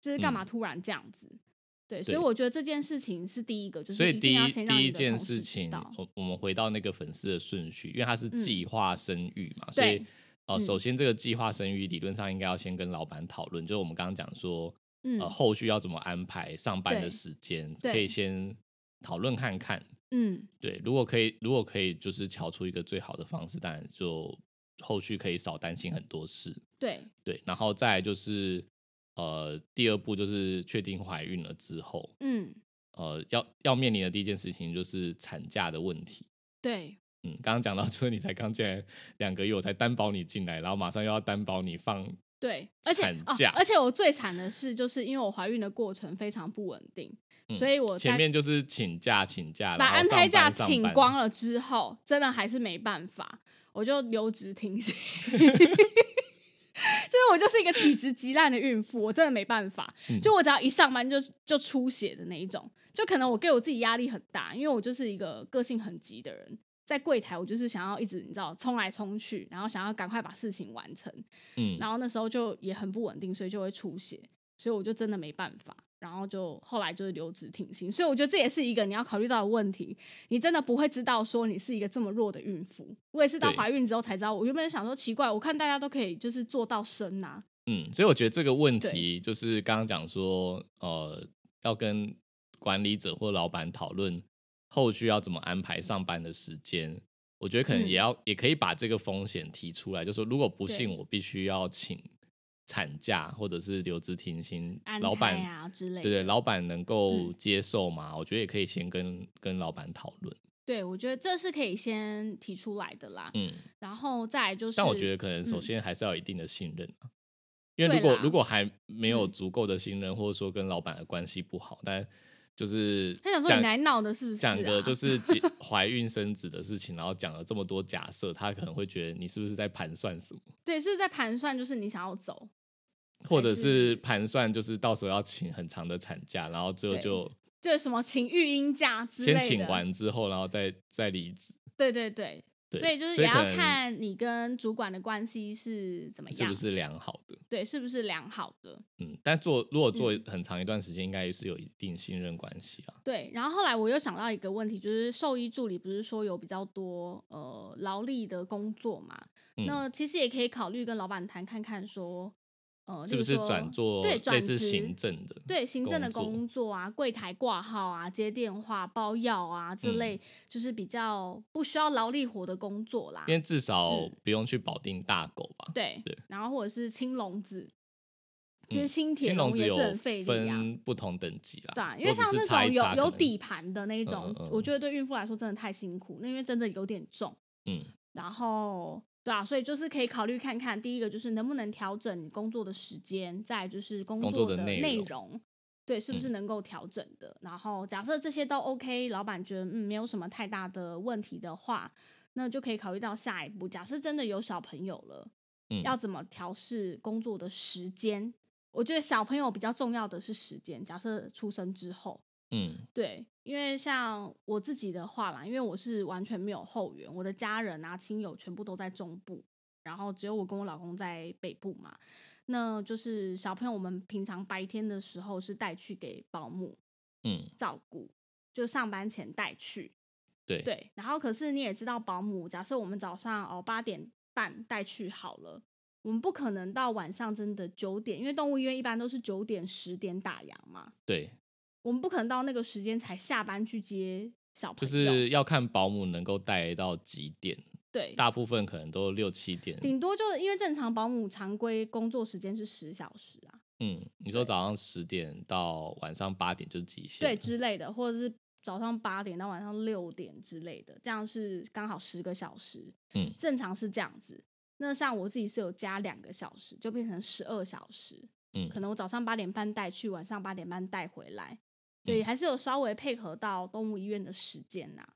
A: 就是干嘛
B: 嗯
A: 突然这样子？对，所以
B: 对
A: 我觉得这件事情是第一个，就是
B: 所以
A: 一定
B: 第
A: 要
B: 一
A: 先让
B: 第
A: 你
B: 一
A: 的
B: 件
A: 同事
B: 事
A: 知
B: 情
A: 道，
B: 我我们回到那个粉丝的顺序，因为它是
A: 嗯
B: 计划生育嘛，所
A: 对
B: 以呃，
A: 嗯
B: 首先这个计划生育理论上应该要先跟老板讨论，就是我们刚刚讲说，
A: 嗯
B: 呃，后续要怎么安排上班的
A: 对
B: 时间，
A: 对
B: 可以先讨论看看。
A: 嗯，
B: 对，如果可以，如果可以，就是瞧出一个最好的方式，当然就后续可以少担心很多事。
A: 对，
B: 对，然后再来就是呃，第二步就是确定怀孕了之后，
A: 嗯，
B: 呃，要要面临的第一件事情就是产假的问题。
A: 对，
B: 嗯，刚刚讲到，就是你才刚进来两个月，我才担保你进来，然后马上又要担保你放，
A: 对，而且
B: 产
A: 啊
B: 假，
A: 而且我最惨的是，就是因为我怀孕的过程非常不稳定，
B: 嗯
A: 所以我
B: 前
A: 在
B: 面就是请假请假，
A: 把
B: 然后
A: 安
B: 上
A: 胎假
B: 班上
A: 请
B: 班
A: 光了之后，真的还是没办法，我就留职停薪。 *laughs* 就是我就是一个体质极烂的孕妇，我真的没办法。
B: 嗯
A: 就我只要一上班就就出血的那一种，就可能我给我自己压力很大，因为我就是一个个性很急的人。在柜台，我就是想要一直你知道冲来冲去，然后想要赶快把事情完成。
B: 嗯，
A: 然后那时候就也很不稳定，所以就会出血，所以我就真的没办法。然后就后来就是留职停薪，所以我觉得这也是一个你要考虑到的问题。你真的不会知道说你是一个这么弱的孕妇。我也是到
B: 对
A: 怀孕之后才知道，我原本想说奇怪，我看大家都可以就是做到生啊呐、
B: 嗯，所以我觉得这个问
A: 对
B: 题就是刚刚讲说，呃，要跟管理者或老板讨论后续要怎么安排上班的时间。我觉得可能
A: 嗯
B: 也要、也可以把这个风险提出来，就说如果不
A: 对
B: 幸我必须要请产假或者是留职停薪，
A: 安
B: 老板、
A: 胎啊之类
B: 对
A: 的。
B: 对，老板能够
A: 嗯
B: 接受吗？我觉得也可以先跟跟老板讨论。
A: 对我觉得这是可以先提出来的啦。
B: 嗯，
A: 然后再来就是，
B: 但我觉得可能首
A: 嗯
B: 先还是要有一定的信任啊、因
A: 对
B: 为如果
A: 啦
B: 如果还没有
A: 嗯
B: 足够的信任，或者说跟老板的关系不好，但就是
A: 他想说
B: 讲
A: 你来闹的是不是、啊？
B: 讲个就是
A: *laughs*
B: 结怀孕生子的事情，然后讲了这么多假设，他可能会觉得你是不是在盘算什么，
A: 对，是不是在盘算就是你想要走？
B: 或者
A: 还
B: 是
A: 是
B: 盘算就是到时候要请很长的产假，然后最后
A: 对
B: 就
A: 就是什么请育婴假之类
B: 先
A: 的，
B: 请完之后，然后再再离职。
A: 对对对，
B: 对，
A: 所以就是也
B: 可
A: 要
B: 能
A: 看你跟主管的关系是怎么
B: 是
A: 样，
B: 不是良好的。
A: 对，是不是良好的？
B: 嗯，但做如果做
A: 嗯
B: 很长一段时间，应该是有一定信任关系啊。
A: 对，然后后来我又想到一个问题，就是兽医助理不是说有比较多呃劳力的工作嘛？
B: 嗯
A: 那其实也可以考虑跟老板谈看看说，呃，
B: 是不
A: 例
B: 是
A: 如说
B: 转做
A: 对
B: 类
A: 转职
B: 似行政的？
A: 对行政的
B: 工作
A: 工作啊，柜台挂号啊，接电话、包药啊这
B: 嗯
A: 类，就是比较不需要劳力活的工作啦
B: 因。为至少
A: 嗯
B: 不用去保定大狗吧？
A: 对
B: 对，
A: 然后或者是青笼子，其实
B: 嗯
A: 青铁
B: 青龙
A: 笼
B: 只
A: 也
B: 有
A: 是很费力啊。
B: 分不同等级啦，
A: 对啊，因
B: 如
A: 为
B: 果
A: 像
B: 只
A: 那
B: 是擦
A: 种
B: 一
A: 有
B: 擦
A: 有
B: 可能
A: 底盘的那一种，
B: 嗯嗯
A: 我觉得对孕妇来说真的太辛苦，那因为真的有点重。
B: 嗯，
A: 然后对啊，所以就是可以考虑看看，第一个就是能不能调整你工作的时间，再来就是工
B: 工
A: 作
B: 作的内
A: 内
B: 容嗯
A: 容，对，是不是能够调整的？然后假设这些都 OK，老板觉得嗯没有什么太大的问题的话，那就可以考虑到下一步。假设真的有小朋友了，
B: 嗯
A: 要怎么调试工作的时间？我觉得小朋友比较重要的是时间。假设出生之后，
B: 嗯
A: 对，因为像我自己的话啦，因为我是完全没有后援，我的家人啊、亲友全部都在中部，然后只有我跟我老公在北部嘛。那就是小朋友，我们平常白天的时候是带去给保姆
B: 嗯，
A: 照顾，就上班前带去。
B: 对
A: 对，然后可是你也知道，保姆假设我们早上哦八点半带去好了，我们不可能到晚上真的九点，因为动物医院一般都是九点十点打烊嘛。
B: 对，
A: 我们不可能到那个时间才下班去接小
B: 就
A: 朋友，
B: 是要看保姆能够带到几点，
A: 对，
B: 大部分可能都六七点。
A: 顶多就是因为正常保姆常规工作时间是十小时啊，
B: 嗯，你说早上十点到晚上八点就是极限。
A: 对之类的，或者是早上八点到晚上六点之类的，这样是刚好十个小时，
B: 嗯
A: 正常是这样子。那像我自己是有加两个小时，就变成十二小时，
B: 嗯
A: 可能我早上八点半带去，晚上八点半带回来，对，还是有稍微配合到动物医院的时间呐、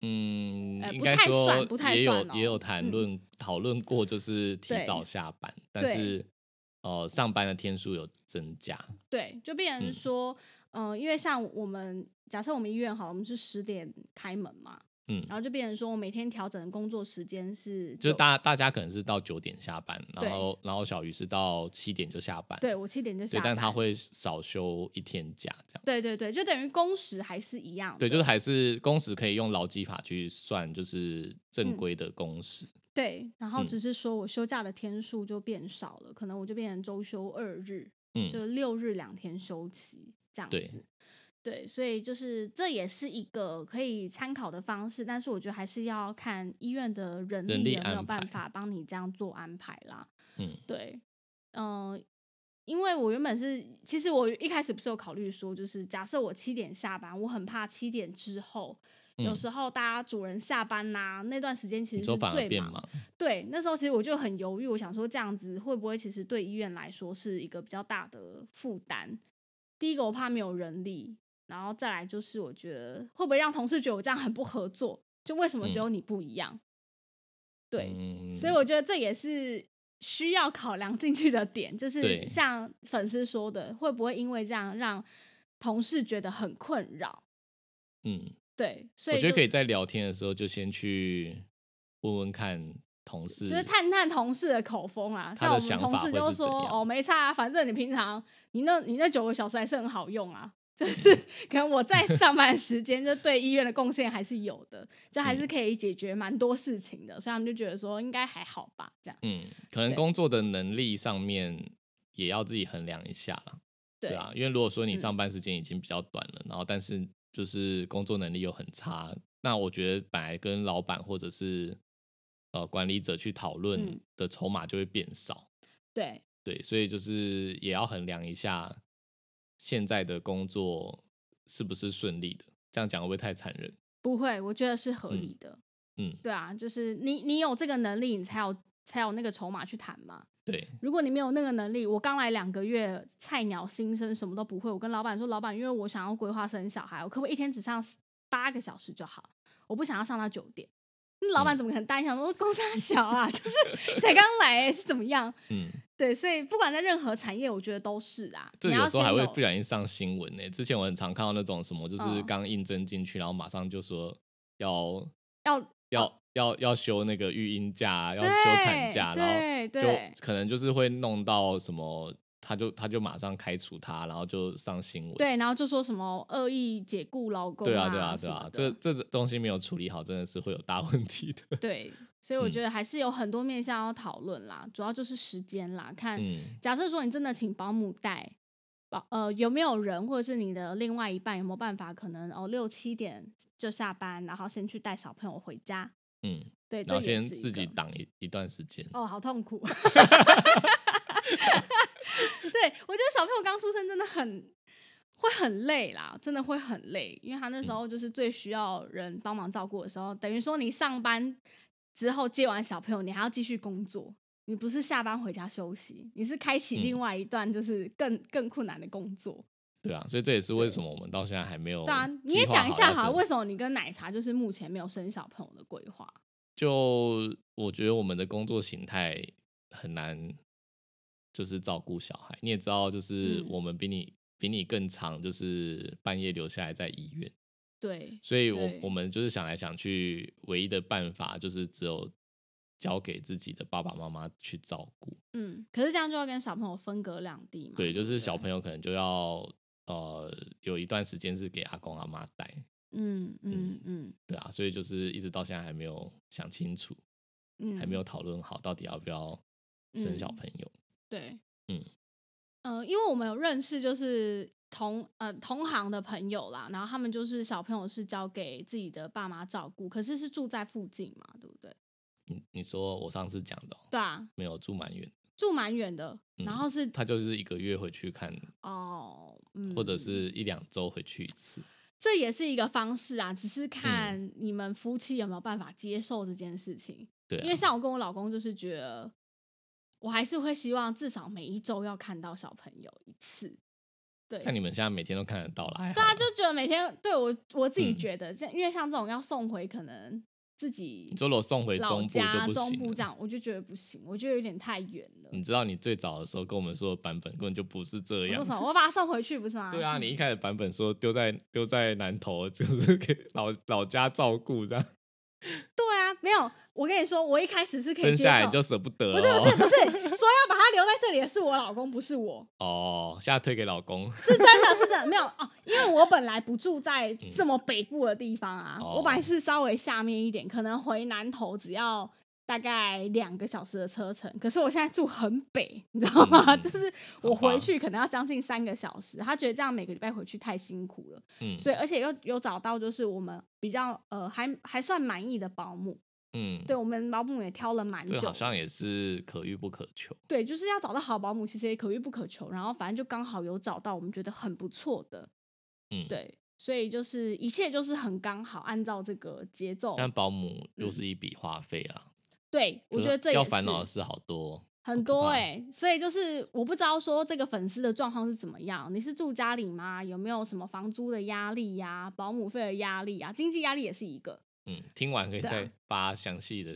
B: 嗯，
A: 呃
B: 应
A: 不
B: 该
A: 太
B: 说
A: 算不太
B: 也有
A: 算哦
B: 也有谈
A: 嗯
B: 论讨论过，就是提
A: 对
B: 早下班，但
A: 对
B: 是呃上班的天数有增加。
A: 对，就变成
B: 嗯
A: 说，嗯、因为像我们假设我们医院好，我们是十点开门嘛，
B: 嗯，
A: 然后就变成说我每天调整的工作时间是
B: 就是
A: 9
B: 大大家可能是到九点下班，
A: 对
B: 然后然后小鱼是到七点就下班，
A: 对我七点就
B: 对
A: 下，班，
B: 但他会少休一天假这样。
A: 对对对，就等于工时还是一样的，
B: 对，就是还是工时可以用劳基法去算，就是正
A: 嗯
B: 规的工时。
A: 对，然后
B: 嗯
A: 只是说我休假的天数就变少了，可能我就变成周休二日，
B: 嗯，
A: 就六日两天休息这样
B: 对
A: 子。对，所以就是这也是一个可以参考的方式，但是我觉得还是要看医院的人
B: 人
A: 力
B: 力
A: 有没有
B: 安
A: 办
B: 排
A: 法帮你这样做安排啦。
B: 嗯，
A: 对，嗯、因为我原本是，其实我一开始不是有考虑说，就是假设我七点下班，我很怕七点之后，有
B: 嗯
A: 时候大家主人下班啦、那段时间其
B: 你
A: 实
B: 说
A: 是
B: 反而
A: 最
B: 变
A: 忙
B: 忙，
A: 对，那时候其实我就很犹豫，我想说这样子会不会其实对医院来说是一个比较大的负担？第一个我怕没有人力，然后再来就是我觉得会不会让同事觉得我这样很不合作？就为什么只有你不一样？对，
B: 嗯、
A: 所以我觉得这也是需要考量进去的点，
B: *laughs*
A: 就是
B: 对
A: 像粉丝说的，会不会因为这样让同事觉得很困扰？
B: 嗯，
A: 对，所以
B: 我觉得
A: 就
B: 可以在聊天的时候就先去问问看同事，
A: 就是探探同事的口风啦。
B: 他
A: 像我
B: 的
A: 们
B: 想法
A: 同事就
B: 会是怎
A: 说：“
B: 样
A: 哦，没差、啊，反正你平常你那你那九个小时还是很好用啊。”就是
B: 嗯
A: *laughs* 可能我在上班时间，就对医院的贡献还是有的，就还
B: 嗯
A: 是可以解决蛮多事情的，所以他们就觉得说应该还好吧，这样
B: 嗯，可能
A: 对
B: 工作的能力上面也要自己衡量一下啦。
A: 对
B: 啊，因为如果说你
A: 嗯
B: 上班时间已经比较短了，然后但是就是工作能力又很差，那我觉得本来跟老板或者是呃管理者去讨论
A: 嗯
B: 的筹码就会变少，
A: 对
B: 对，所以就是也要衡量一下现在的工作是不是顺利的。这样讲会不会太残忍？
A: 不会，我觉得是合理的。
B: 嗯嗯
A: 对啊，就是你你有这个能力，你才有才有那个筹码去谈嘛。
B: 对，
A: 如果你没有那个能力，我刚来两个月，菜鸟新生什么都不会。我跟老板说，老板，因为我想要规划生小孩，我可不可以一天只上八个小时就好？我不想要上到九点。那老板怎么可能答应？想说公司小啊， *laughs* 就是才刚来、是怎么样？
B: 嗯，
A: 对，所以不管在任何产业，我觉得都是啊。
B: 这
A: 你要
B: 有时候
A: 先
B: 还会
A: 有
B: 不小心上新闻呢、欸之前我很常看到那种什么，就是
A: 嗯
B: 刚应征进去，然后马上就说要
A: 要
B: 要要要休那个育婴假啊，要
A: 啊对
B: 休产假，然后
A: 对对
B: 就可能就是会弄到什么，他就他就马上开除他，然后就上新闻。
A: 对，然后就说什么恶意解雇劳工
B: 对
A: 啊
B: 啊，对啊，
A: 什
B: 对
A: 么
B: 啊，
A: 的
B: 这这东西没有处理好，真的是会有大问题的。
A: 对，所以我
B: 嗯
A: 觉得还是有很多面向要讨论啦，主要就是时间啦。看，
B: 嗯，
A: 假设说你真的请保姆带，保呃有没有人，或者是你的另外一半有没有办法，可能哦六七点就下班，然后先去带小朋友回家。
B: 嗯，
A: 对，
B: 然
A: 这
B: 后
A: 也
B: 先
A: 是一
B: 自己
A: 个
B: 挡一一段时间。
A: 哦，好痛
B: *laughs*
A: 苦。对，我觉得小朋友刚出生真的很会很累啦，真的会很累，因为他那时候就是最需要人帮忙照顾的时候，等于说你上班之后接完小朋友，你还要继续工作。你不是下班回家休息，你是开启
B: 嗯
A: 另外一段就是更更困难的工作。
B: 对啊，所以这也是为什么我们到现在还没有。
A: 对啊，你也讲一下好了，为
B: 为
A: 什么你跟奶茶就是目前没有生小朋友的规划？
B: 就我觉得我们的工作形态很难，就是照顾小孩。你也知道，就是
A: 嗯
B: 我们比你、比你更长，就是半夜留下来在医院。
A: 对，
B: 所以我
A: 对
B: 我们就是想来想去，唯一的办法就是只有交给自己的爸爸妈妈去照顾。
A: 嗯，可是这样就要跟小朋友分隔两地嘛。
B: 对，就是小
A: 友，
B: 朋友可能就要呃有一段时间是给阿公阿妈带，
A: 嗯嗯嗯
B: 对啊，所以就是一直到现在还没有想清楚，
A: 嗯，
B: 还没有讨论好到底要不要生小朋友。
A: 对，
B: 嗯，
A: 呃，因为我们有认识就是同呃同行的朋友啦，然后他们就是小朋友是交给自己的爸妈照顾，可是是住在附近嘛，对不对？
B: 你你说我上次讲的哦、
A: 对啊，
B: 没有住蛮远，
A: 住蛮远的，
B: 嗯
A: 然后是、
B: 他就是一个月回去看，
A: 哦，嗯，
B: 或者是一两周回去一次。
A: 这也是一个方式啊，只是
B: 嗯
A: 看你们夫妻有没有办法接受这件事情。
B: 对、啊，
A: 因为像我跟我老公就是觉得，我还是会希望至少每一周要看到小朋友一次。对，
B: 看你们现在每天都看得到啦，
A: 对啊，
B: 还好啦
A: 就觉得每天对我我自己
B: 嗯
A: 觉得，像、因为像这种要送回，可能自己
B: 你说如果送回
A: 老
B: 中部就
A: 家
B: 不
A: 中
B: 行
A: 部
B: 了嗯
A: 这样，我就觉得不行，我觉得有点太远了。
B: 你知道你最早的时候跟我们说的版本根本就不是这
A: 我说
B: 样
A: 哦什。么？我嗯把它送回去不是吗？
B: 啊对啊，你一开始版本说丢在丢在南头，就是给老老家照顾这样，
A: 对啊，没有。我跟你说，我一开始是可以
B: 生
A: 接
B: 下来
A: 受，
B: 你就舍不得了
A: 不
B: 哦。
A: 是不是不是，说要把它留在这里的是我老公，不是我，
B: 哦，现在推给老公。
A: 是真的是真的没有哦，因为我本来不住在这么北部的地方啊，
B: 嗯哦
A: 我本来是稍微下面一点，可能回南头只要大概两个小时的车程，可是我现在住很北，你知道吗？
B: 嗯
A: 就是我回去可能要将近三个小时，他觉得这样每个礼拜回去太辛苦了，
B: 嗯
A: 所以而且又有找到就是我们比较呃还还算满意的保姆，
B: 嗯，
A: 对我们保姆也挑了蛮久
B: 这
A: 的，
B: 好像也是可遇不可求。
A: 对，就是要找到好保姆，其实也可遇不可求。然后反正就刚好有找到我们觉得很不错的，
B: 嗯，。
A: 对，所以就是一切就是很刚好，按照这个节奏。
B: 但保姆又是一笔花费啊，
A: 对，嗯我
B: 就
A: 觉
B: 是
A: 得这也
B: 要
A: 是
B: 烦恼的事好多。哦
A: 很
B: 可
A: 多
B: 怕
A: 哎、所以就是我不知道说这个粉丝的状况是怎么样，你是住家里吗？有没有什么房租的压力呀、保姆费的压力呀、经济压力也是一个。
B: 嗯，听完可以
A: 对啊
B: 再发详细的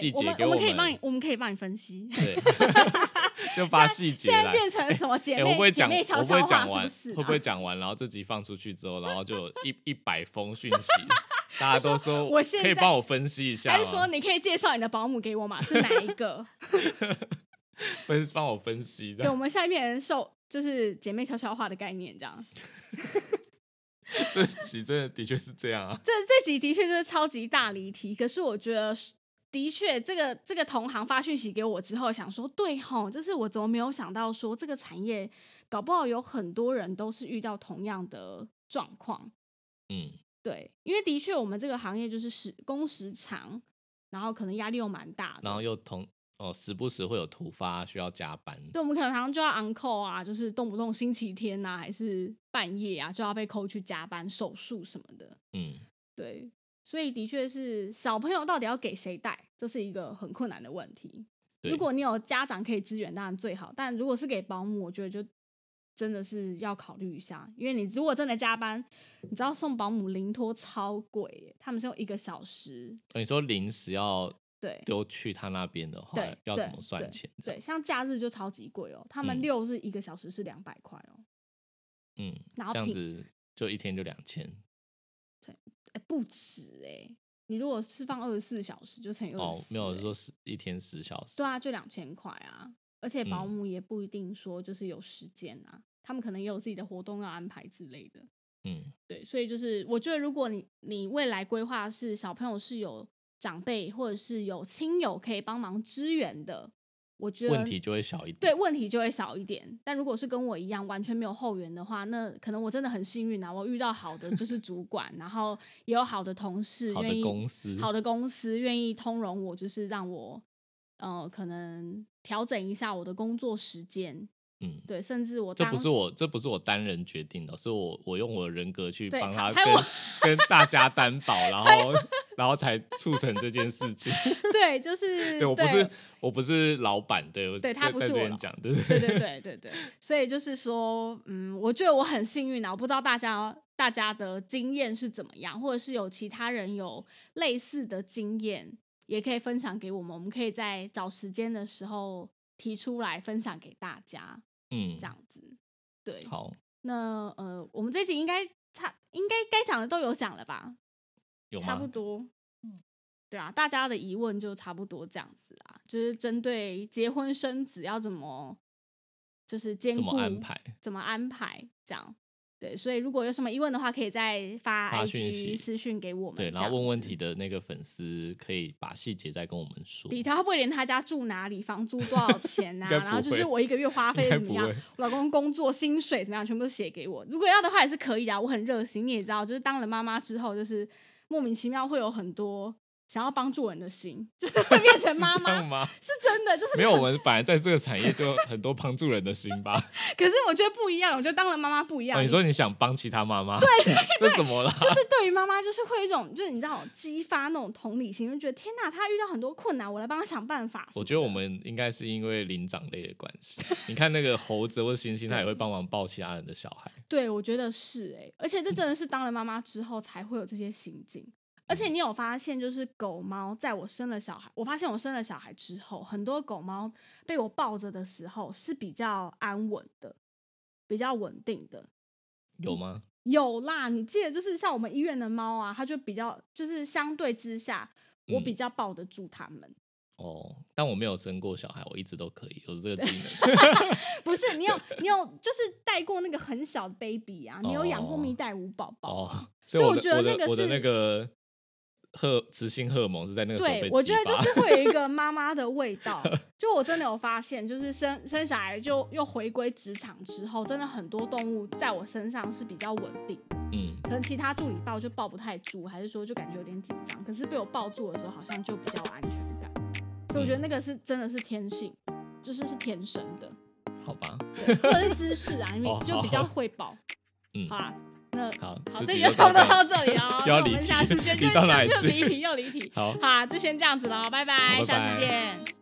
B: 细
A: 对，我
B: 节
A: 们
B: 给
A: 们可以
B: 们。
A: 帮你，我们可以帮你分析。 *laughs*
B: 对，就发细节
A: 现在
B: 来。
A: 变成什么姐妹、
B: 哎，我会不会
A: 姐
B: 讲？
A: 妹悄
B: 我不
A: 悄
B: 会讲
A: 话是不
B: 完？
A: 是、
B: 会
A: 啊？
B: 不会讲完？然后这集放出去之后，然后就有一一百封讯息，大家都说
A: 我现
B: 可以
A: 在
B: 帮我分析一下吗，
A: 还是说你可以介绍你的保姆给我嘛？是哪一个？ *laughs*
B: 分帮我分析这
A: 对，我
B: 样？
A: 们现在变 *laughs* 成受就是姐妹悄悄话的概念，这样。
B: 这集真的的确是这样
A: *laughs*
B: 啊。
A: 这这集的确就是超级大离题，可是我觉得是的确，这个这个同行发讯息给我之后，想说对吼，就是我怎么没有想到说这个产业搞不好有很多人都是遇到同样的状况。
B: 嗯，
A: 对，因为的确我们这个行业就是时工时长，然后可能压力又蛮大的，
B: 然后又同哦，时不时会有突发需要加班。
A: 对，我们可能常常就要 on call 啊，就是动不动星期天呐、还是半夜啊，就要被扣去加班、手术什么的。
B: 嗯，
A: 对，所以的确是小朋友到底要给谁带，这是一个很困难的问题。
B: 对
A: 如果你有家长可以支援，当然最好。但如果是给保姆，我觉得就真的是要考虑一下，因为你如果真的加班，你知道送保姆临托超贵耶，他们是用一个小时。
B: 哦你说临时要
A: 对，
B: 丢去他那边的话
A: 对，，
B: 要
A: 对
B: 怎么算钱？
A: 对？对，，像假日就超级贵哦，他们
B: 嗯
A: 六日一个小时是两百块哦。
B: 嗯，
A: 然后
B: 这样
A: 平
B: 子就一天就两千。
A: 哎、不止哎、你如果是放二十四小时，就乘以二
B: 哦
A: 十、，
B: 没有说是一天十小时
A: 对，啊，就两千块啊。而且保
B: 嗯
A: 姆也不一定说就是有时间啊，他们可能也有自己的活动要安排之类的。
B: 嗯，
A: 对，所以就是我觉得，如果你你未来规划是小朋友是有长辈或者是有亲友可以帮忙支援的，我觉得
B: 问题就会小一点。
A: 对问题就会少一点。但如果是跟我一样完全没有后援的话，那可能我真的很幸运啊，我遇到好的就是主管，然后也有好的同事
B: 好
A: 愿
B: 的
A: 意
B: 公司，
A: 好的公司愿意通融我，就是让我呃可能调整一下我的工作时间，
B: 嗯，
A: 对，甚至我
B: 这
A: 当
B: 不是
A: 时
B: 我，这不是我单人决定的，是我我用我的人格去
A: 对
B: 帮
A: 他
B: 跟
A: 他有
B: 跟大家担保，然后然后才促成这件事情。
A: 对，就是 *laughs*
B: 对我不是我不是老板，对我
A: 对他
B: 在
A: 不是
B: 在这
A: 我
B: 边
A: 老
B: 讲，对对
A: 对对对对对，所以就是说，嗯，我觉得我很幸运啊，我不知道大家大家的经验是怎么样，或者是有其他人有类似的经验，也可以分享给我们，我们可以在找时间的时候提出来分享给大家，
B: 嗯，
A: 这样子。对，
B: 好
A: 那呃，我们这一集应该差，应该该讲的都有讲了吧？
B: 有
A: 差不
B: 吗？
A: 多
C: 嗯。
A: 对啊，大家的疑问就差不多这样子啦，就是针对结婚生子要怎么，就是兼
B: 怎
A: 顾
B: 么安排？
A: 怎么安排这样。对，所以如果有什么疑问的话，可以再发
B: 发讯
A: IG
B: 息
A: 私讯给我们这
B: 对，
A: 样子。
B: 然后问问题的那个粉丝可以把细节再跟我们说。
A: 底他会不会连他家住哪里、房租多少钱呐、
B: *laughs* 应该不
A: 然后就是
B: 会
A: 我一个月花费
B: 应该
A: 怎么
B: 不
A: 样
B: 会，
A: 我老公工作薪水怎么样，全部都写给我。如果要的话也是可以的啊，我很热心，你也知道，就是当了妈妈之后，就是莫名其妙会有很多想要帮助人的心， *laughs* 就是会变成妈
B: *laughs* 这
A: 妈
B: *laughs* 样，吗？
A: 是真的，就是
B: 没有，我们本来在这个产业就很多帮助人的心吧。
A: *laughs* 可是我觉得不一样，我觉得当了妈妈不一样。
B: 哦，你说你想帮其他妈妈？对，这怎么了？
A: 就是啊对于妈妈，就是会有一种，就是你知道，激发那种同理心，就觉得天哪，她遇到很多困难，我来帮她想办法。
B: 我觉得我们应该是因为灵长类的关系。你看那个猴子或猩猩，它也会帮忙抱其他人的小孩。
A: 对，我觉得是哎、而
B: 嗯
A: 且这真的是当了妈妈之后才会有这些行径。而
B: 嗯
A: 且你有发现，就是狗猫在我生了小孩，我发现我生了小孩之后，很多狗猫被我抱着的时候是比较安稳的，比较稳定的。
B: 有吗？
A: 有啦，你记得就是像我们医院的猫啊，它就比较就是相对之下，我
B: 嗯
A: 比较抱得住它们。
B: 哦，但我没有生过小孩，我一直都可以有这个技能。
A: 不是你有你有就是带过那个很小的 baby 啊，你有养过
B: 哦
A: 蜜袋鼯宝宝啊 *laughs*
B: 哦，
A: 所以
B: 我
A: 我
B: 的
A: 觉得
B: 我
A: 那
B: 的
A: 个
B: 我的
A: 是
B: 那个荷雌性荷尔蒙是在那个时候被
A: 对，我觉得
B: 激
A: 就
B: 发
A: 是会有一个妈妈
B: *laughs*
A: 的味道。就我真的有发现，就是生生小孩就又回归职场之后，真的很多动物在我身上是比较稳定的，
B: 嗯，
A: 可能其他助理抱就抱不太住，还是说就感觉有点紧张。可是被我抱住的时候，好像就比较有安全感。所以我觉得那个是真的是天性，就是是天生的，
B: 好吧，
A: 对或者是姿势啊，因为
B: 哦
A: 就比较
B: 好
A: 会抱。
B: *laughs* 嗯
A: 好啦，那
B: 好，
A: 好，
B: 这
A: 这
B: 集
A: 里就
B: 就
A: 差不多
B: 到
A: 到这里哦。那
B: 又要
A: 我
B: 离
A: 们下
B: 题
A: 次就就
B: 离到哪里
A: 就
B: 去
A: 离题又离题。
B: 好
A: 好，就先这样子喽，拜拜，
B: 好拜
A: 下次
B: 拜
A: 见。